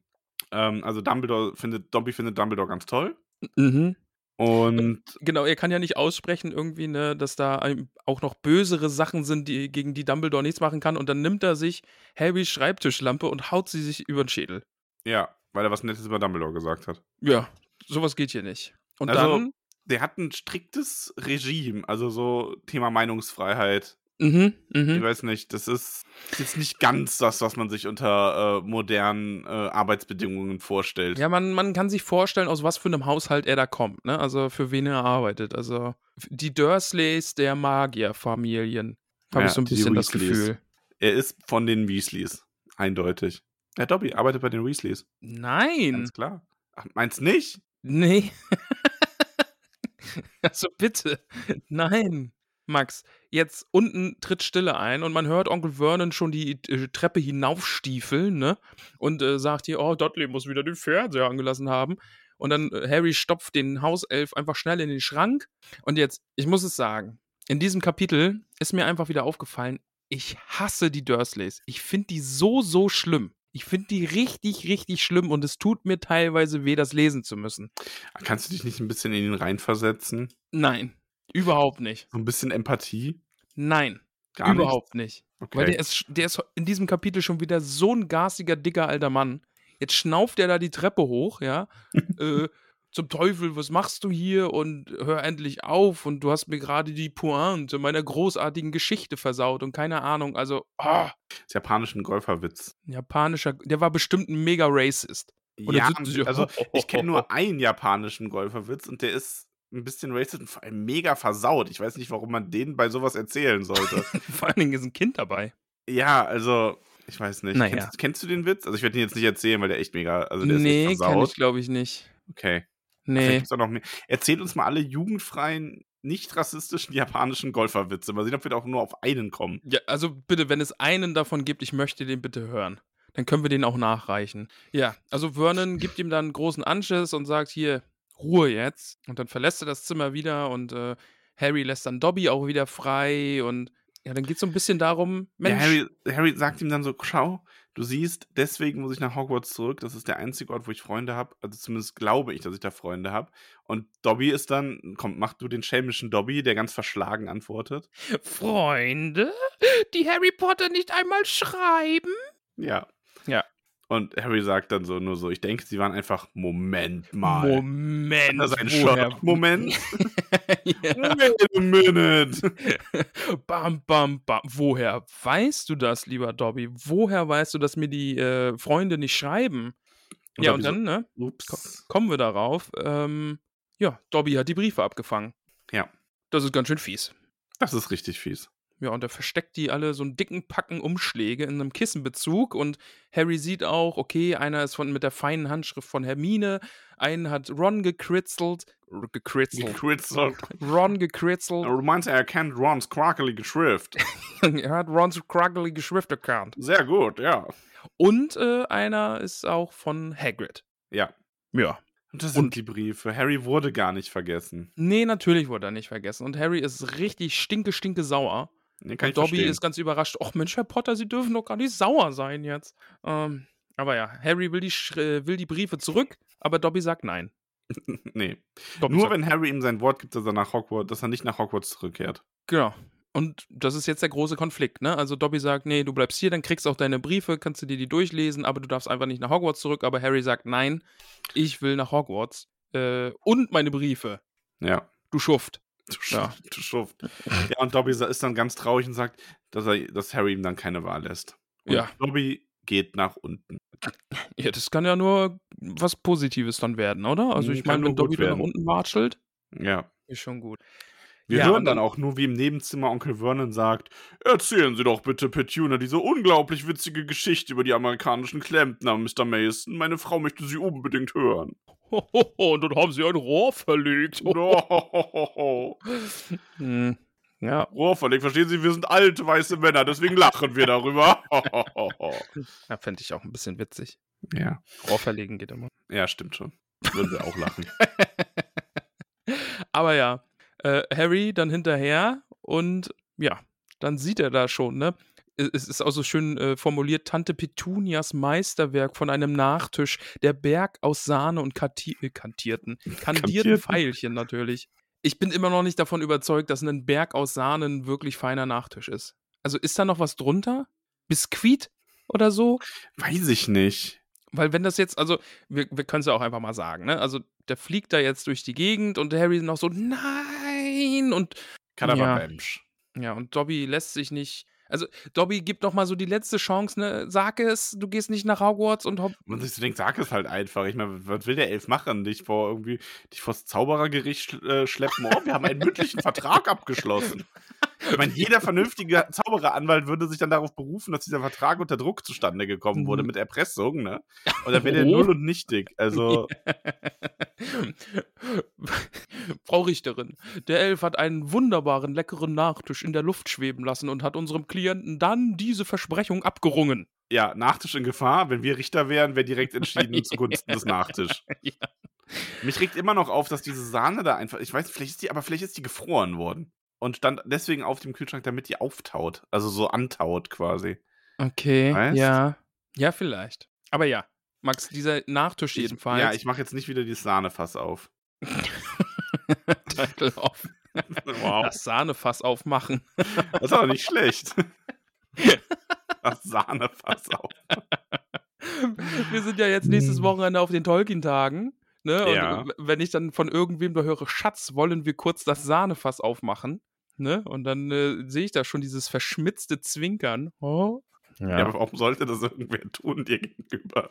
[SPEAKER 2] Ähm, also Dumbledore findet, Dobby findet Dumbledore ganz toll.
[SPEAKER 1] Mhm.
[SPEAKER 2] Und
[SPEAKER 1] Genau, er kann ja nicht aussprechen irgendwie, ne, dass da ein- auch noch bösere Sachen sind, die, gegen die Dumbledore nichts machen kann. Und dann nimmt er sich Harrys Schreibtischlampe und haut sie sich über den Schädel.
[SPEAKER 2] ja, weil er was Nettes über Dumbledore gesagt hat.
[SPEAKER 1] Ja, sowas geht hier nicht. Und
[SPEAKER 2] Also- Der hat ein striktes Regime, also so Thema Meinungsfreiheit.
[SPEAKER 1] dann, mhm, mhm.
[SPEAKER 2] Ich weiß nicht, das ist, ist jetzt nicht ganz das, was man sich unter äh, modernen äh, Arbeitsbedingungen vorstellt.
[SPEAKER 1] Ja, man, man kann sich vorstellen, aus was für einem Haushalt er da kommt, ne? Also für wen er arbeitet. Also die Dursleys der Magierfamilien. Habe
[SPEAKER 2] Ja,
[SPEAKER 1] ich so ein
[SPEAKER 2] die
[SPEAKER 1] bisschen das
[SPEAKER 2] Weasleys.
[SPEAKER 1] Gefühl.
[SPEAKER 2] Er ist von den Weasleys, eindeutig. Ja, Dobby arbeitet bei den Weasleys,
[SPEAKER 1] Nein.
[SPEAKER 2] ganz klar. Ach, meinst nicht?
[SPEAKER 1] Nee. also bitte. Nein. Max, jetzt unten tritt Stille ein und man hört Onkel Vernon schon die äh, Treppe hinaufstiefeln, ne? Und äh, sagt hier, oh, Dudley muss wieder den Fernseher angelassen haben. Und dann äh, Harry stopft den Hauself einfach schnell in den Schrank. Und jetzt, ich muss es sagen, in diesem Kapitel ist mir einfach wieder aufgefallen, ich hasse die Dursleys. Ich finde die so, so schlimm. Ich finde die richtig, richtig schlimm und es tut mir teilweise weh, das lesen zu müssen.
[SPEAKER 2] Kannst du dich nicht ein bisschen in ihn reinversetzen?
[SPEAKER 1] Nein, überhaupt nicht.
[SPEAKER 2] So ein bisschen Empathie?
[SPEAKER 1] Nein,
[SPEAKER 2] Gar nicht.
[SPEAKER 1] überhaupt nicht.
[SPEAKER 2] Okay.
[SPEAKER 1] Weil der ist, sch- der ist in diesem Kapitel schon wieder so ein garstiger, dicker alter Mann. Jetzt schnauft er da die Treppe hoch, ja. äh, zum Teufel, was machst du hier? Und hör endlich auf. Und du hast mir gerade die Pointe meiner großartigen Geschichte versaut. Und keine Ahnung, also, ah,
[SPEAKER 2] ist japanischen Golferwitz.
[SPEAKER 1] ein japanischer, der war bestimmt ein mega Racist. Oder
[SPEAKER 2] ja,
[SPEAKER 1] sind sie-
[SPEAKER 2] also ich kenne nur einen japanischen Golferwitz und der ist ein bisschen racist und vor allem mega versaut. Ich weiß nicht, warum man den bei sowas erzählen sollte.
[SPEAKER 1] Vor allen Dingen ist ein Kind dabei.
[SPEAKER 2] ja, also ich weiß nicht.
[SPEAKER 1] Naja.
[SPEAKER 2] Kennst, kennst du den Witz? Also ich werde ihn jetzt nicht erzählen, weil der echt mega, also der ist
[SPEAKER 1] nee,
[SPEAKER 2] echt
[SPEAKER 1] kann ich,
[SPEAKER 2] versaut.
[SPEAKER 1] glaube ich, nicht.
[SPEAKER 2] Okay. Vielleicht
[SPEAKER 1] Nee.
[SPEAKER 2] gibt's da noch mehr. Erzählt uns mal alle jugendfreien, nicht rassistischen japanischen Golferwitze. Mal sehen, ob wir da auch nur auf einen kommen.
[SPEAKER 1] Ja, also bitte, wenn es einen davon gibt, ich möchte den bitte hören. Dann können wir den auch nachreichen. Ja, also Vernon gibt ihm dann großen Anschiss und sagt hier, Ruhe jetzt. Und dann verlässt er das Zimmer wieder und äh, Harry lässt dann Dobby auch wieder frei und ja, dann geht es so ein bisschen darum,
[SPEAKER 2] Ja,
[SPEAKER 1] Mensch,
[SPEAKER 2] Harry, Harry sagt ihm dann so, schau, du siehst, deswegen muss ich nach Hogwarts zurück. Das ist der einzige Ort, wo ich Freunde habe. Also zumindest glaube ich, dass ich da Freunde habe. Und Dobby ist dann, komm, mach du den schelmischen Dobby, der ganz verschlagen antwortet.
[SPEAKER 1] äh, Freunde, die Harry Potter nicht einmal schreiben.
[SPEAKER 2] Ja.
[SPEAKER 1] Ja.
[SPEAKER 2] Und Harry sagt dann so nur so, ich denke, sie waren einfach, Moment mal.
[SPEAKER 1] Moment,
[SPEAKER 2] Das ist ein
[SPEAKER 1] woher-
[SPEAKER 2] Shot. Moment.
[SPEAKER 1] ja.
[SPEAKER 2] Wait a minute.
[SPEAKER 1] Bam, bam, bam. Woher weißt du das, lieber Dobby? Woher weißt du, dass mir die äh, Freunde nicht schreiben? ja,
[SPEAKER 2] Dobby
[SPEAKER 1] und dann ne,
[SPEAKER 2] So, ups.
[SPEAKER 1] kommen wir darauf. Ähm, ja, Dobby hat die Briefe abgefangen.
[SPEAKER 2] Ja.
[SPEAKER 1] Das ist ganz schön fies.
[SPEAKER 2] Das ist richtig fies.
[SPEAKER 1] Ja, und er versteckt die alle so einen dicken Packen Umschläge in einem Kissenbezug und Harry sieht auch, okay, einer ist von, mit der feinen Handschrift von Hermine, einen hat Ron gekritzelt, r- gekritzelt,
[SPEAKER 2] Gekritzelt.
[SPEAKER 1] Ron gekritzelt,
[SPEAKER 2] Meint er, er kennt Rons crackelige Schrift.
[SPEAKER 1] er hat Rons kraggelige Schrift erkannt.
[SPEAKER 2] Sehr gut, ja.
[SPEAKER 1] Und äh, einer ist auch von Hagrid.
[SPEAKER 2] Ja.
[SPEAKER 1] Ja.
[SPEAKER 2] Und das sind
[SPEAKER 1] Und-
[SPEAKER 2] die Briefe. Harry wurde gar nicht vergessen.
[SPEAKER 1] Nee, natürlich wurde er nicht vergessen. Und Harry ist richtig stinke, stinke sauer.
[SPEAKER 2] Den kann ich
[SPEAKER 1] und Dobby
[SPEAKER 2] verstehen.
[SPEAKER 1] ist ganz überrascht. Och Mensch, Herr Potter, Sie dürfen doch gar nicht sauer sein jetzt. Ähm, aber ja, Harry will die, Sch- äh, will die Briefe zurück, aber Dobby sagt nein.
[SPEAKER 2] nee.
[SPEAKER 1] Dobby
[SPEAKER 2] Nur
[SPEAKER 1] sagt,
[SPEAKER 2] wenn Harry ihm sein Wort gibt, dass er nach Hogwarts, dass er nicht nach Hogwarts zurückkehrt.
[SPEAKER 1] Genau. Und das ist jetzt der große Konflikt, ne? Also Dobby sagt, nee, du bleibst hier, dann kriegst auch deine Briefe, kannst du dir die durchlesen, aber du darfst einfach nicht nach Hogwarts zurück. Aber Harry sagt, nein, ich will nach Hogwarts. Äh, und meine Briefe,
[SPEAKER 2] Ja.
[SPEAKER 1] du Schuft.
[SPEAKER 2] Du,
[SPEAKER 1] Ja.
[SPEAKER 2] Schuft, du Schuft. Ja, und Dobby sa- ist dann ganz traurig und sagt, dass, er, dass Harry ihm dann keine Wahl lässt. Und
[SPEAKER 1] Ja.
[SPEAKER 2] Dobby geht nach unten.
[SPEAKER 1] Ja, das kann ja nur was Positives dann werden, oder? Also ich meine,
[SPEAKER 2] Kann nur
[SPEAKER 1] wenn Dobby
[SPEAKER 2] gut
[SPEAKER 1] dann nach
[SPEAKER 2] werden.
[SPEAKER 1] unten watschelt,
[SPEAKER 2] Ja.
[SPEAKER 1] ist schon gut.
[SPEAKER 2] Wir
[SPEAKER 1] Ja,
[SPEAKER 2] hören
[SPEAKER 1] und
[SPEAKER 2] dann
[SPEAKER 1] dann-
[SPEAKER 2] auch nur, wie im Nebenzimmer Onkel Vernon sagt, erzählen Sie doch bitte Petunia diese unglaublich witzige Geschichte über die amerikanischen Klempner, Mr. Mason. Meine Frau möchte sie unbedingt hören.
[SPEAKER 1] Und dann haben sie ein Rohr verlegt.
[SPEAKER 2] Ohohoho.
[SPEAKER 1] Hm. Ja,
[SPEAKER 2] Rohrverleg, verstehen Sie, wir sind alte weiße Männer, deswegen lachen wir darüber. Ohohoho.
[SPEAKER 1] ja fände ich auch ein bisschen witzig.
[SPEAKER 2] ja.
[SPEAKER 1] Rohr verlegen geht immer.
[SPEAKER 2] ja, stimmt schon. Würden wir auch lachen.
[SPEAKER 1] Aber ja, äh, Harry dann hinterher und ja, dann sieht er da schon, ne? Es- Es ist auch so schön äh, formuliert, Tante Petunias Meisterwerk von einem Nachtisch, der Berg aus Sahne und Kati äh, kantierten, kandierten
[SPEAKER 2] Kantierten.
[SPEAKER 1] Pfeilchen natürlich. Ich bin immer noch nicht davon überzeugt, dass ein Berg aus Sahne ein wirklich feiner Nachtisch ist. Also ist da noch was drunter? Biskuit oder so?
[SPEAKER 2] Weiß ich nicht.
[SPEAKER 1] Weil wenn das jetzt, also wir, wir können es ja auch einfach mal sagen, ne? Also der fliegt da jetzt durch die Gegend und Harry noch so, nein! Und
[SPEAKER 2] Kadaverbämsch.
[SPEAKER 1] ja, und Dobby lässt sich nicht. Also Dobby gibt noch mal so die letzte Chance, ne? Sag es, du gehst nicht nach Hogwarts und hopp.
[SPEAKER 2] Und ich so denke, sag es halt einfach. Ich meine, was will der Elf machen? Dich vor irgendwie, dich vors Zauberergericht schl- äh, schleppen. Oh, wir haben einen mündlichen Vertrag abgeschlossen. Ich meine, jeder vernünftige Zaubereranwalt würde sich dann darauf berufen, dass dieser Vertrag unter Druck zustande gekommen wurde
[SPEAKER 1] Mhm.
[SPEAKER 2] mit Erpressung, ne? Und dann wäre der
[SPEAKER 1] Oh.
[SPEAKER 2] null und nichtig. Also,
[SPEAKER 1] Frau Richterin, der Elf hat einen wunderbaren, leckeren Nachtisch in der Luft schweben lassen und hat unserem Klienten dann diese Versprechung abgerungen.
[SPEAKER 2] ja, Nachtisch in Gefahr. Wenn wir Richter wären, wäre direkt entschieden zugunsten des Nachtisch.
[SPEAKER 1] Ja.
[SPEAKER 2] Mich regt immer noch auf, dass diese Sahne da einfach, ich weiß, vielleicht ist die, aber vielleicht ist die gefroren worden. Und stand deswegen auf dem Kühlschrank, damit die auftaut. Also so antaut quasi.
[SPEAKER 1] Okay,
[SPEAKER 2] Weißt?
[SPEAKER 1] ja. Ja, vielleicht. Aber ja, Max, dieser Nachtisch
[SPEAKER 2] Ich-
[SPEAKER 1] jedenfalls.
[SPEAKER 2] Ja, ich mache jetzt nicht wieder dieses Sahnefass auf.
[SPEAKER 1] Titel auf.
[SPEAKER 2] Wow.
[SPEAKER 1] Das Sahnefass aufmachen.
[SPEAKER 2] Das ist aber nicht schlecht. Das Sahnefass auf.
[SPEAKER 1] Wir sind ja jetzt nächstes
[SPEAKER 2] Hm.
[SPEAKER 1] Wochenende auf den Tolkien-Tagen. Ne? Und
[SPEAKER 2] Ja.
[SPEAKER 1] w- wenn ich dann von irgendwem da höre, Schatz, wollen wir kurz das Sahnefass aufmachen? Ne? Und dann äh, sehe ich da schon dieses verschmitzte Zwinkern. Oh.
[SPEAKER 2] Ja. aber warum sollte das irgendwer tun dir gegenüber?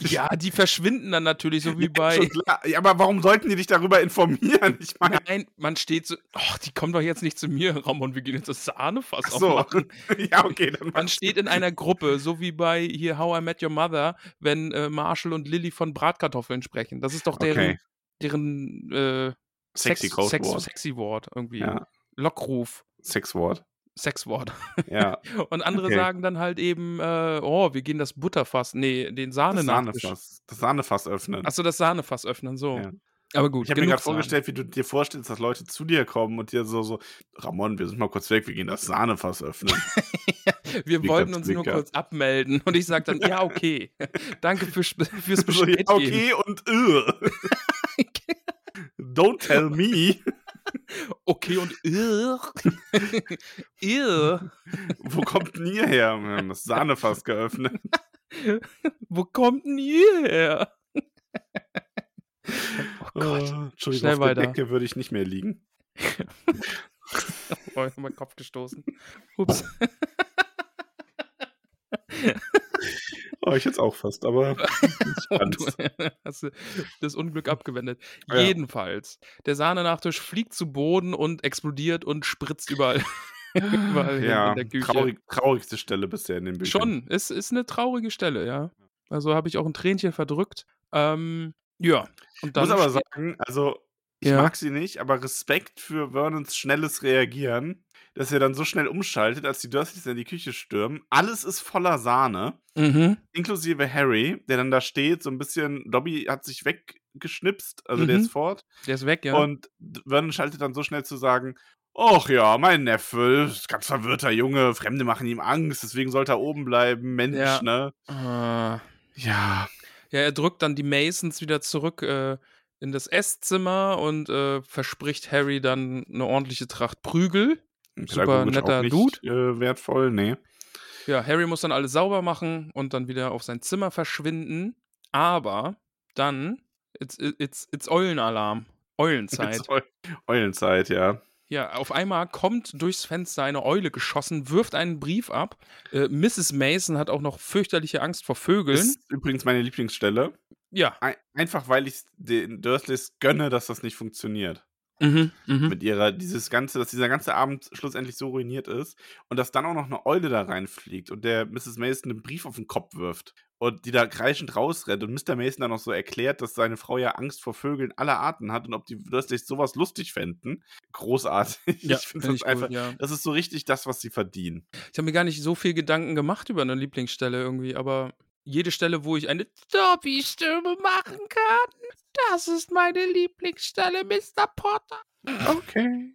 [SPEAKER 1] Ja, die verschwinden dann natürlich, so wie bei.
[SPEAKER 2] Schon klar. Ja, aber warum sollten die dich darüber informieren? Ich meine,
[SPEAKER 1] Nein, man steht so, oh, die kommen doch jetzt nicht zu mir, Ramon, wir gehen jetzt das Sahnefass
[SPEAKER 2] ach so.
[SPEAKER 1] aufmachen.
[SPEAKER 2] Ja, okay, dann
[SPEAKER 1] Man steht in einer Gruppe, so wie bei hier How I Met Your Mother, wenn äh, Marshall und Lilly von Bratkartoffeln sprechen. Das ist doch deren,
[SPEAKER 2] Okay.
[SPEAKER 1] deren äh,
[SPEAKER 2] Sexy
[SPEAKER 1] Sex-
[SPEAKER 2] Code
[SPEAKER 1] Sex,
[SPEAKER 2] Word.
[SPEAKER 1] Sexy Wort irgendwie.
[SPEAKER 2] Ja.
[SPEAKER 1] Lockruf,
[SPEAKER 2] Sexwort.
[SPEAKER 1] Sexwort.
[SPEAKER 2] Ja.
[SPEAKER 1] Und andere
[SPEAKER 2] Okay.
[SPEAKER 1] sagen dann halt eben, äh, oh, wir gehen das Butterfass, nee, den Sahne
[SPEAKER 2] Das Sahnefass. Das Sahnefass öffnen.
[SPEAKER 1] Achso, das Sahnefass öffnen, so.
[SPEAKER 2] Ja.
[SPEAKER 1] Aber gut,
[SPEAKER 2] Ich habe mir
[SPEAKER 1] genug
[SPEAKER 2] gerade
[SPEAKER 1] Sahne.
[SPEAKER 2] vorgestellt, wie du dir vorstellst, dass Leute zu dir kommen und dir so, so, Ramon, wir sind mal kurz weg, wir gehen das Sahnefass öffnen.
[SPEAKER 1] Wir
[SPEAKER 2] Wie
[SPEAKER 1] wollten
[SPEAKER 2] ganz
[SPEAKER 1] uns nur
[SPEAKER 2] dicker.
[SPEAKER 1] kurz abmelden. Und ich sage dann, ja, okay. Danke fürs, fürs
[SPEAKER 2] so, ja,
[SPEAKER 1] Bescheid geben.
[SPEAKER 2] okay und äh. Don't tell me.
[SPEAKER 1] Okay und irr. irr.
[SPEAKER 2] Wo kommt denn ihr her? Wir haben das Sahnefass geöffnet.
[SPEAKER 1] Wo kommt denn ihr her?
[SPEAKER 2] Oh
[SPEAKER 1] Gott.
[SPEAKER 2] Entschuldigung,
[SPEAKER 1] Schnell
[SPEAKER 2] auf
[SPEAKER 1] weiter.
[SPEAKER 2] der Decke würde ich nicht mehr liegen.
[SPEAKER 1] Oh, ich hab meinen Kopf gestoßen. Ups.
[SPEAKER 2] Oh, ich jetzt auch fast, aber
[SPEAKER 1] Und du hast du das Unglück abgewendet.
[SPEAKER 2] Ja.
[SPEAKER 1] Jedenfalls, der Sahnenachtisch fliegt zu Boden und explodiert und spritzt überall, überall hin
[SPEAKER 2] ja,
[SPEAKER 1] in der Küche.
[SPEAKER 2] traurig, traurigste Stelle bisher in dem Bild.
[SPEAKER 1] Schon, ist, ist eine traurige Stelle, ja. Also habe ich auch ein Tränchen verdrückt. Ähm, ja, und
[SPEAKER 2] Ich
[SPEAKER 1] dann
[SPEAKER 2] muss aber sagen, also ich
[SPEAKER 1] Ja.
[SPEAKER 2] mag sie nicht, aber Respekt für Vernons schnelles Reagieren, dass er dann so schnell umschaltet, als die Dursleys in die Küche stürmen. Alles ist voller Sahne,
[SPEAKER 1] mhm.
[SPEAKER 2] inklusive Harry, der dann da steht, so ein bisschen, Dobby hat sich weggeschnipst, also der
[SPEAKER 1] Mhm.
[SPEAKER 2] ist fort.
[SPEAKER 1] der ist weg, ja.
[SPEAKER 2] Und Vernon schaltet dann so schnell zu sagen, ach ja, mein Neffe, ist ganz verwirrter Junge, Fremde machen ihm Angst, deswegen sollte er oben bleiben, Mensch,
[SPEAKER 1] Ja.
[SPEAKER 2] ne?
[SPEAKER 1] Ah.
[SPEAKER 2] Ja,
[SPEAKER 1] Ja, er drückt dann die Masons wieder zurück äh, in das Esszimmer und äh, verspricht Harry dann eine ordentliche Tracht Prügel. Super
[SPEAKER 2] pädagogisch auch
[SPEAKER 1] netter
[SPEAKER 2] nicht,
[SPEAKER 1] Dude.
[SPEAKER 2] Äh, wertvoll, nee.
[SPEAKER 1] Ja, Harry muss dann alles sauber machen und dann wieder auf sein Zimmer verschwinden. Aber dann, it's, it's, it's Eulenalarm. Eulenzeit.
[SPEAKER 2] Zeit. Eulenzeit, ja.
[SPEAKER 1] Ja, auf einmal kommt durchs Fenster eine Eule geschossen, wirft einen Brief ab. Äh, Mrs. Mason hat auch noch fürchterliche Angst vor Vögeln.
[SPEAKER 2] Ist übrigens meine Lieblingsstelle.
[SPEAKER 1] ja,
[SPEAKER 2] Ein einfach weil ich den Dursleys gönne, dass das nicht funktioniert.
[SPEAKER 1] Mhm, mhm.
[SPEAKER 2] mit ihrer, dieses ganze, dass dieser ganze Abend schlussendlich so ruiniert ist und dass dann auch noch eine Eule da reinfliegt und der Mrs. Mason einen Brief auf den Kopf wirft und die da kreischend rausrennt und Mr. Mason dann noch so erklärt, dass seine Frau ja Angst vor Vögeln aller Arten hat und ob die plötzlich sowas lustig fänden. Großartig.
[SPEAKER 1] Ja,
[SPEAKER 2] ich finde das
[SPEAKER 1] ich
[SPEAKER 2] einfach,
[SPEAKER 1] Gut, ja.
[SPEAKER 2] das ist so richtig das, was sie verdienen.
[SPEAKER 1] Ich habe mir gar nicht so viel Gedanken gemacht über eine Lieblingsstelle irgendwie, aber jede Stelle, wo ich eine Dobby-Stimme machen kann, das ist meine Lieblingsstelle, Mr. Potter.
[SPEAKER 2] Okay.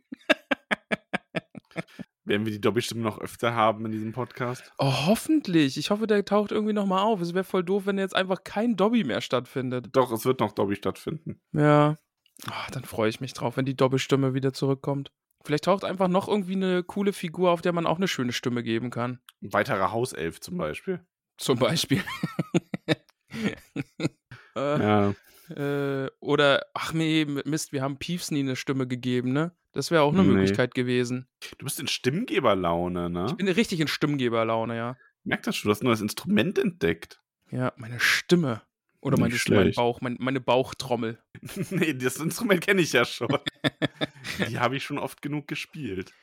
[SPEAKER 2] Werden wir die Doppelstimme noch öfter haben in diesem Podcast?
[SPEAKER 1] Oh, hoffentlich. Ich hoffe, der taucht irgendwie nochmal auf. Es wäre voll doof, wenn jetzt einfach kein Dobby mehr stattfindet.
[SPEAKER 2] Doch, es wird noch Dobby stattfinden.
[SPEAKER 1] Ja. Ah, dann freue ich mich drauf, wenn die Doppelstimme wieder zurückkommt. Vielleicht taucht einfach noch irgendwie eine coole Figur, auf der man auch eine schöne Stimme geben kann.
[SPEAKER 2] Ein weiterer Hauself zum Beispiel.
[SPEAKER 1] Zum Beispiel. äh,
[SPEAKER 2] Ja.
[SPEAKER 1] Äh, oder, ach nee, Mist, wir haben Piefs nie eine Stimme gegeben, ne? Das wäre auch eine
[SPEAKER 2] Nee.
[SPEAKER 1] Möglichkeit gewesen.
[SPEAKER 2] Du bist in Stimmgeberlaune, ne?
[SPEAKER 1] Ich bin richtig in Stimmgeberlaune, ja.
[SPEAKER 2] Merkt das schon, du hast ein neues Instrument entdeckt.
[SPEAKER 1] Ja, meine Stimme. Oder
[SPEAKER 2] Nicht
[SPEAKER 1] meine, mein
[SPEAKER 2] schlecht.
[SPEAKER 1] Bauch, mein, meine Bauchtrommel.
[SPEAKER 2] nee, das Instrument kenne ich ja schon. Die habe ich schon oft genug gespielt.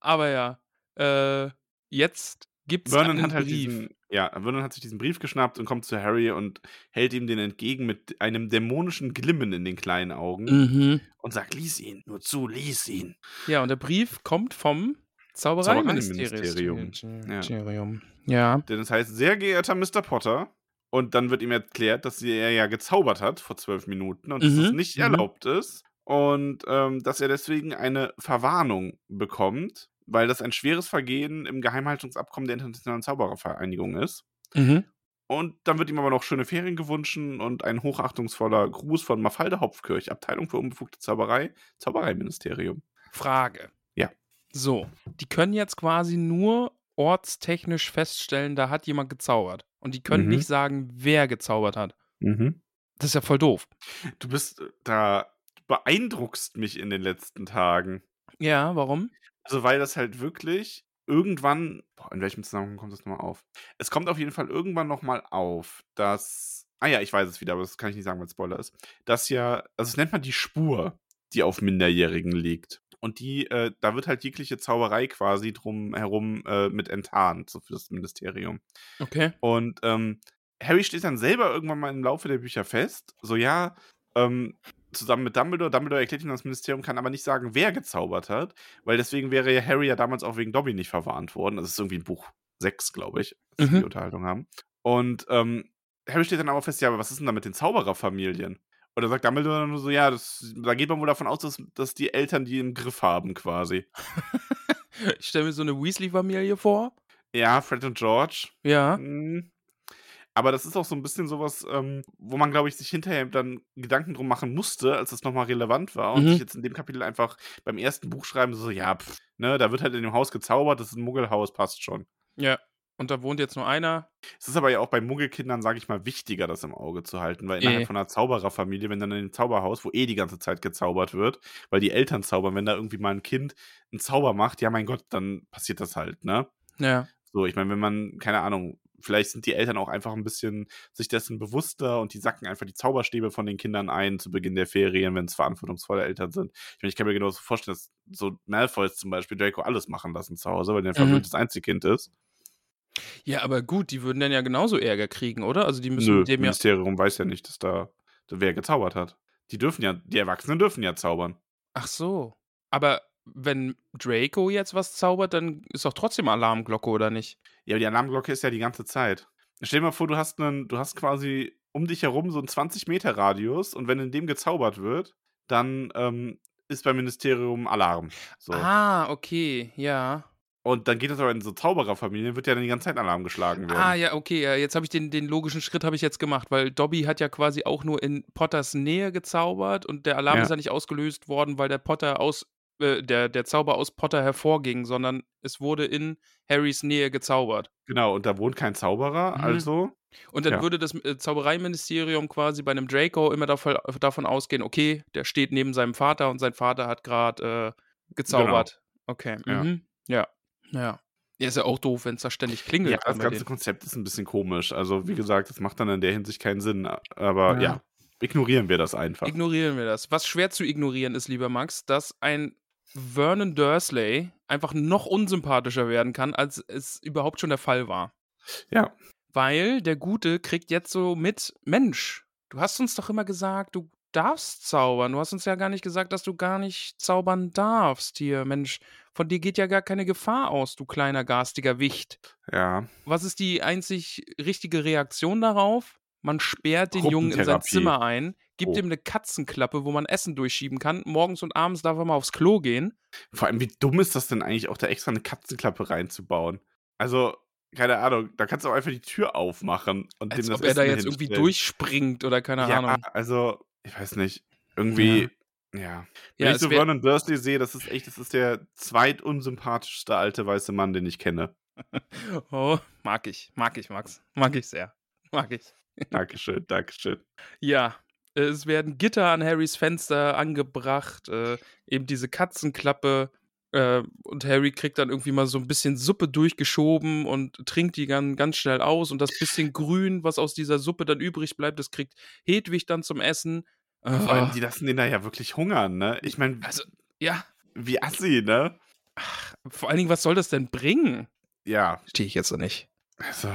[SPEAKER 1] Aber ja, äh, jetzt gibt's
[SPEAKER 2] Vernon
[SPEAKER 1] einen
[SPEAKER 2] hat halt
[SPEAKER 1] Brief.
[SPEAKER 2] diesen, ja, Vernon hat sich diesen Brief geschnappt und kommt zu Harry und hält ihm den entgegen mit einem dämonischen Glimmen in den kleinen Augen
[SPEAKER 1] mhm.
[SPEAKER 2] und sagt, lies ihn, nur zu, lies ihn.
[SPEAKER 1] Ja, und der Brief kommt vom Zaubereiministerium. Ministerium. Ja.
[SPEAKER 2] Denn es heißt, sehr geehrter Mr. Potter. Und dann wird ihm erklärt, dass sie er ja gezaubert hat vor zwölf Minuten und
[SPEAKER 1] Mhm,
[SPEAKER 2] dass es nicht
[SPEAKER 1] mhm.
[SPEAKER 2] erlaubt ist. Und ähm, dass er deswegen eine Verwarnung bekommt, weil das ein schweres Vergehen im Geheimhaltungsabkommen der Internationalen Zauberervereinigung ist.
[SPEAKER 1] Mhm.
[SPEAKER 2] Und dann wird ihm aber noch schöne Ferien gewünscht und ein hochachtungsvoller Gruß von Mafalda Hopfkirch, Abteilung für unbefugte Zauberei, Zaubereiministerium.
[SPEAKER 1] Frage.
[SPEAKER 2] Ja.
[SPEAKER 1] So, die können jetzt quasi nur ortstechnisch feststellen, da hat jemand gezaubert. Und die können
[SPEAKER 2] Mhm.
[SPEAKER 1] nicht sagen, wer gezaubert hat. Mhm. Das ist ja voll doof.
[SPEAKER 2] Du bist äh, da, du beeindruckst mich in den letzten Tagen.
[SPEAKER 1] Ja, warum?
[SPEAKER 2] Also, weil das halt wirklich irgendwann, boah, in welchem Zusammenhang kommt das nochmal auf? Es kommt auf jeden Fall irgendwann nochmal auf, dass, ah ja, ich weiß es wieder, aber das kann ich nicht sagen, weil es Spoiler ist, dass ja, also es nennt man die Spur, die auf Minderjährigen liegt. Und die, äh, da wird halt jegliche Zauberei quasi drumherum äh, mit enttarnt, so für das Ministerium.
[SPEAKER 1] Okay.
[SPEAKER 2] Und ähm, Harry steht dann selber irgendwann mal im Laufe der Bücher fest, so ja, ähm, zusammen mit Dumbledore. Dumbledore erklärt ihm das Ministerium, kann aber nicht sagen, wer gezaubert hat, weil deswegen wäre ja Harry ja damals auch wegen Dobby nicht verwarnt worden. Das ist irgendwie in Buch 6, glaube ich, dass wir
[SPEAKER 1] Mhm.
[SPEAKER 2] die Unterhaltung haben. Und ähm, Harry steht dann aber fest, ja, aber was ist denn da mit den Zaubererfamilien? Und da sagt Dumbledore dann nur so, ja, das, da geht man wohl davon aus, dass, dass die Eltern die im Griff haben quasi.
[SPEAKER 1] Ich stelle mir so eine Weasley-Familie vor.
[SPEAKER 2] Ja, Fred und George,
[SPEAKER 1] Ja.
[SPEAKER 2] Mhm. Aber das ist auch so ein bisschen sowas, ähm, wo man, glaube ich, sich hinterher dann Gedanken drum machen musste, als das nochmal relevant war. Und
[SPEAKER 1] Mhm.
[SPEAKER 2] sich jetzt in dem Kapitel einfach beim ersten Buch schreiben, so, ja, pff, ne, da wird halt in dem Haus gezaubert, das ist ein Muggelhaus, passt schon.
[SPEAKER 1] Ja. Und da wohnt jetzt nur einer.
[SPEAKER 2] Es ist aber ja auch bei Muggelkindern, sage ich mal, wichtiger, das im Auge zu halten, weil
[SPEAKER 1] Eh.
[SPEAKER 2] innerhalb von einer Zaubererfamilie, wenn dann in dem Zauberhaus, wo eh die ganze Zeit gezaubert wird, weil die Eltern zaubern, wenn da irgendwie mal ein Kind einen Zauber macht, ja, mein Gott, dann passiert das halt, ne?
[SPEAKER 1] Ja.
[SPEAKER 2] So, ich meine, wenn man, keine Ahnung, vielleicht sind die Eltern auch einfach ein bisschen sich dessen bewusster und die sacken einfach die Zauberstäbe von den Kindern ein zu Beginn der Ferien, wenn es verantwortungsvolle Eltern sind. Ich meine, ich kann mir genauso vorstellen, dass so Malfoys zum Beispiel Draco alles machen lassen zu Hause, weil der
[SPEAKER 1] Mhm.
[SPEAKER 2] verwöhntes Einzelkind ist.
[SPEAKER 1] Ja, aber gut, die würden dann ja genauso Ärger kriegen, oder? Also die müssen
[SPEAKER 2] Nö,
[SPEAKER 1] dem ja.
[SPEAKER 2] Ministerium weiß ja nicht, dass da wer gezaubert hat. Die dürfen ja, die Erwachsenen dürfen ja zaubern.
[SPEAKER 1] Ach so. Aber wenn Draco jetzt was zaubert, dann ist doch trotzdem Alarmglocke, oder nicht?
[SPEAKER 2] Ja, aber die Alarmglocke ist ja die ganze Zeit. Stell dir mal vor, du hast einen, du hast quasi um dich herum so einen 20 Meter Radius und wenn in dem gezaubert wird, dann ähm, ist beim Ministerium Alarm. So.
[SPEAKER 1] Ah, okay. Ja.
[SPEAKER 2] Und dann geht das aber in so Zaubererfamilien, wird ja dann die ganze Zeit Alarm geschlagen werden.
[SPEAKER 1] Ah, ja, okay. ja, Jetzt habe ich den, den logischen Schritt habe ich jetzt gemacht, weil Dobby hat ja quasi auch nur in Potters Nähe gezaubert und der Alarm
[SPEAKER 2] Ja.
[SPEAKER 1] ist ja nicht ausgelöst worden, weil der Potter aus, äh, der, der Zauber aus Potter hervorging, sondern es wurde in Harrys Nähe gezaubert.
[SPEAKER 2] Genau, und da wohnt kein Zauberer,
[SPEAKER 1] Mhm.
[SPEAKER 2] also.
[SPEAKER 1] Und dann
[SPEAKER 2] Ja.
[SPEAKER 1] würde das äh, Zaubereiministerium quasi bei einem Draco immer davon, davon ausgehen, okay, der steht neben seinem Vater und sein Vater hat gerade äh, gezaubert. Okay.
[SPEAKER 2] Genau. Ja.
[SPEAKER 1] Mhm. Ja. Ja. Ja, ist ja auch doof, wenn es da ständig klingelt.
[SPEAKER 2] Ja, das
[SPEAKER 1] einmal
[SPEAKER 2] ganze
[SPEAKER 1] den-
[SPEAKER 2] Konzept ist ein bisschen komisch. Also, wie gesagt, das macht dann in der Hinsicht keinen Sinn. Aber ja,
[SPEAKER 1] Ja.
[SPEAKER 2] Ignorieren wir das einfach.
[SPEAKER 1] Ignorieren wir das. Was schwer zu ignorieren ist, lieber Max, dass ein Vernon Dursley einfach noch unsympathischer werden kann, als es überhaupt schon der Fall war.
[SPEAKER 2] Ja.
[SPEAKER 1] Weil der Gute kriegt jetzt so mit, Mensch, du hast uns doch immer gesagt, du darfst zaubern. Du hast uns ja gar nicht gesagt, dass du gar nicht zaubern darfst hier. Mensch, von dir geht ja gar keine Gefahr aus, du kleiner garstiger Wicht.
[SPEAKER 2] ja.
[SPEAKER 1] Was ist die einzig richtige Reaktion darauf? Man sperrt den Jungen in sein
[SPEAKER 2] Gruppentherapie.
[SPEAKER 1] Zimmer ein, gibt
[SPEAKER 2] Oh.
[SPEAKER 1] ihm eine Katzenklappe, wo man Essen durchschieben kann. Morgens und abends darf er mal aufs Klo gehen.
[SPEAKER 2] Vor allem, wie dumm ist das denn eigentlich, auch da extra eine Katzenklappe reinzubauen? Also, keine Ahnung, da kannst du auch einfach die Tür aufmachen und
[SPEAKER 1] Als
[SPEAKER 2] dem das
[SPEAKER 1] ob er da
[SPEAKER 2] Essen
[SPEAKER 1] jetzt irgendwie
[SPEAKER 2] hinstellen.
[SPEAKER 1] durchspringt oder keine
[SPEAKER 2] ja,
[SPEAKER 1] Ahnung.
[SPEAKER 2] also, ich weiß nicht. Irgendwie, ja. Wenn
[SPEAKER 1] Ja,
[SPEAKER 2] ich
[SPEAKER 1] es
[SPEAKER 2] so
[SPEAKER 1] wär-
[SPEAKER 2] Vernon Dursley sehe, das ist echt, das ist der zweitunsympathischste alte weiße Mann, den ich kenne.
[SPEAKER 1] oh, mag ich, mag ich, Max. Mag ich sehr. Mag ich.
[SPEAKER 2] Dankeschön, Dankeschön.
[SPEAKER 1] Ja, äh, es werden Gitter an Harrys Fenster angebracht, äh, eben diese Katzenklappe. Äh, und Harry kriegt dann irgendwie mal so ein bisschen Suppe durchgeschoben und trinkt die dann ganz schnell aus. Und das bisschen Grün, was aus dieser Suppe dann übrig bleibt, das kriegt Hedwig dann zum Essen.
[SPEAKER 2] Vor allem,
[SPEAKER 1] Ah,
[SPEAKER 2] die lassen den da ja wirklich hungern, ne? Ich meine,
[SPEAKER 1] also, ja,
[SPEAKER 2] wie assi, ne?
[SPEAKER 1] vor allen Dingen, was soll das denn bringen?
[SPEAKER 2] Ja,
[SPEAKER 1] Stehe ich jetzt so nicht.
[SPEAKER 2] also,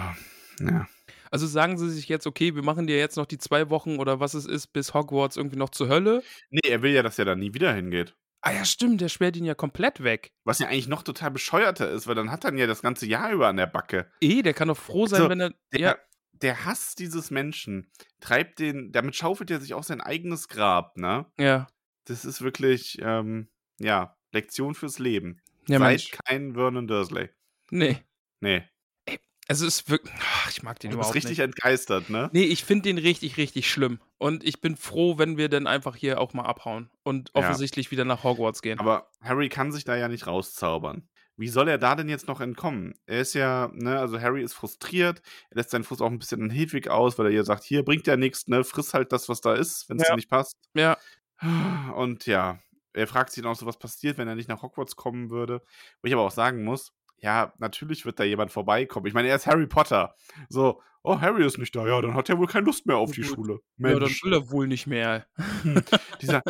[SPEAKER 2] ja.
[SPEAKER 1] Also sagen sie sich jetzt, okay, wir machen dir jetzt noch die zwei Wochen oder was es ist, bis Hogwarts irgendwie noch zur Hölle.
[SPEAKER 2] Nee, er will ja, dass er da nie wieder hingeht.
[SPEAKER 1] Ah ja, stimmt, der sperrt ihn ja komplett weg.
[SPEAKER 2] Was ja eigentlich noch total bescheuerter ist, weil dann hat er ihn ja das ganze Jahr über an der Backe.
[SPEAKER 1] Eh, der kann doch froh sein,
[SPEAKER 2] Also,
[SPEAKER 1] wenn er.
[SPEAKER 2] Der,
[SPEAKER 1] Ja,
[SPEAKER 2] der Hass dieses Menschen treibt den, damit schaufelt er sich auch sein eigenes Grab, ne?
[SPEAKER 1] ja.
[SPEAKER 2] Das ist wirklich, ähm, ja, Lektion fürs Leben.
[SPEAKER 1] Ja,
[SPEAKER 2] Seid
[SPEAKER 1] Mensch.
[SPEAKER 2] kein Vernon Dursley.
[SPEAKER 1] Nee.
[SPEAKER 2] Nee.
[SPEAKER 1] Also es ist wirklich. Ach, Ich mag den
[SPEAKER 2] Du bist
[SPEAKER 1] überhaupt
[SPEAKER 2] richtig
[SPEAKER 1] nicht.
[SPEAKER 2] entgeistert, ne?
[SPEAKER 1] Nee, ich finde den richtig, richtig schlimm. Und ich bin froh, wenn wir dann einfach hier auch mal abhauen und
[SPEAKER 2] Ja.
[SPEAKER 1] offensichtlich wieder nach Hogwarts gehen.
[SPEAKER 2] Aber Harry kann sich da ja nicht rauszaubern. Wie soll er da denn jetzt noch entkommen? Er ist ja, ne, also Harry ist frustriert, er lässt seinen Frust auch ein bisschen an Hedwig aus, weil er ihr sagt, hier bringt ja nichts, ne, friss halt das, was da ist, wenn es
[SPEAKER 1] Ja.
[SPEAKER 2] dir nicht passt.
[SPEAKER 1] Ja.
[SPEAKER 2] Und ja, er fragt sich dann auch so, was passiert, wenn er nicht nach Hogwarts kommen würde. Wo ich aber auch sagen muss, ja, natürlich wird da jemand vorbeikommen. Ich meine, er ist Harry Potter. So, oh, Harry ist nicht da. Ja, dann hat er wohl keine Lust mehr auf die
[SPEAKER 1] Gut.
[SPEAKER 2] Schule.
[SPEAKER 1] ja, dann
[SPEAKER 2] Mensch,
[SPEAKER 1] will er wohl nicht mehr.
[SPEAKER 2] dieser,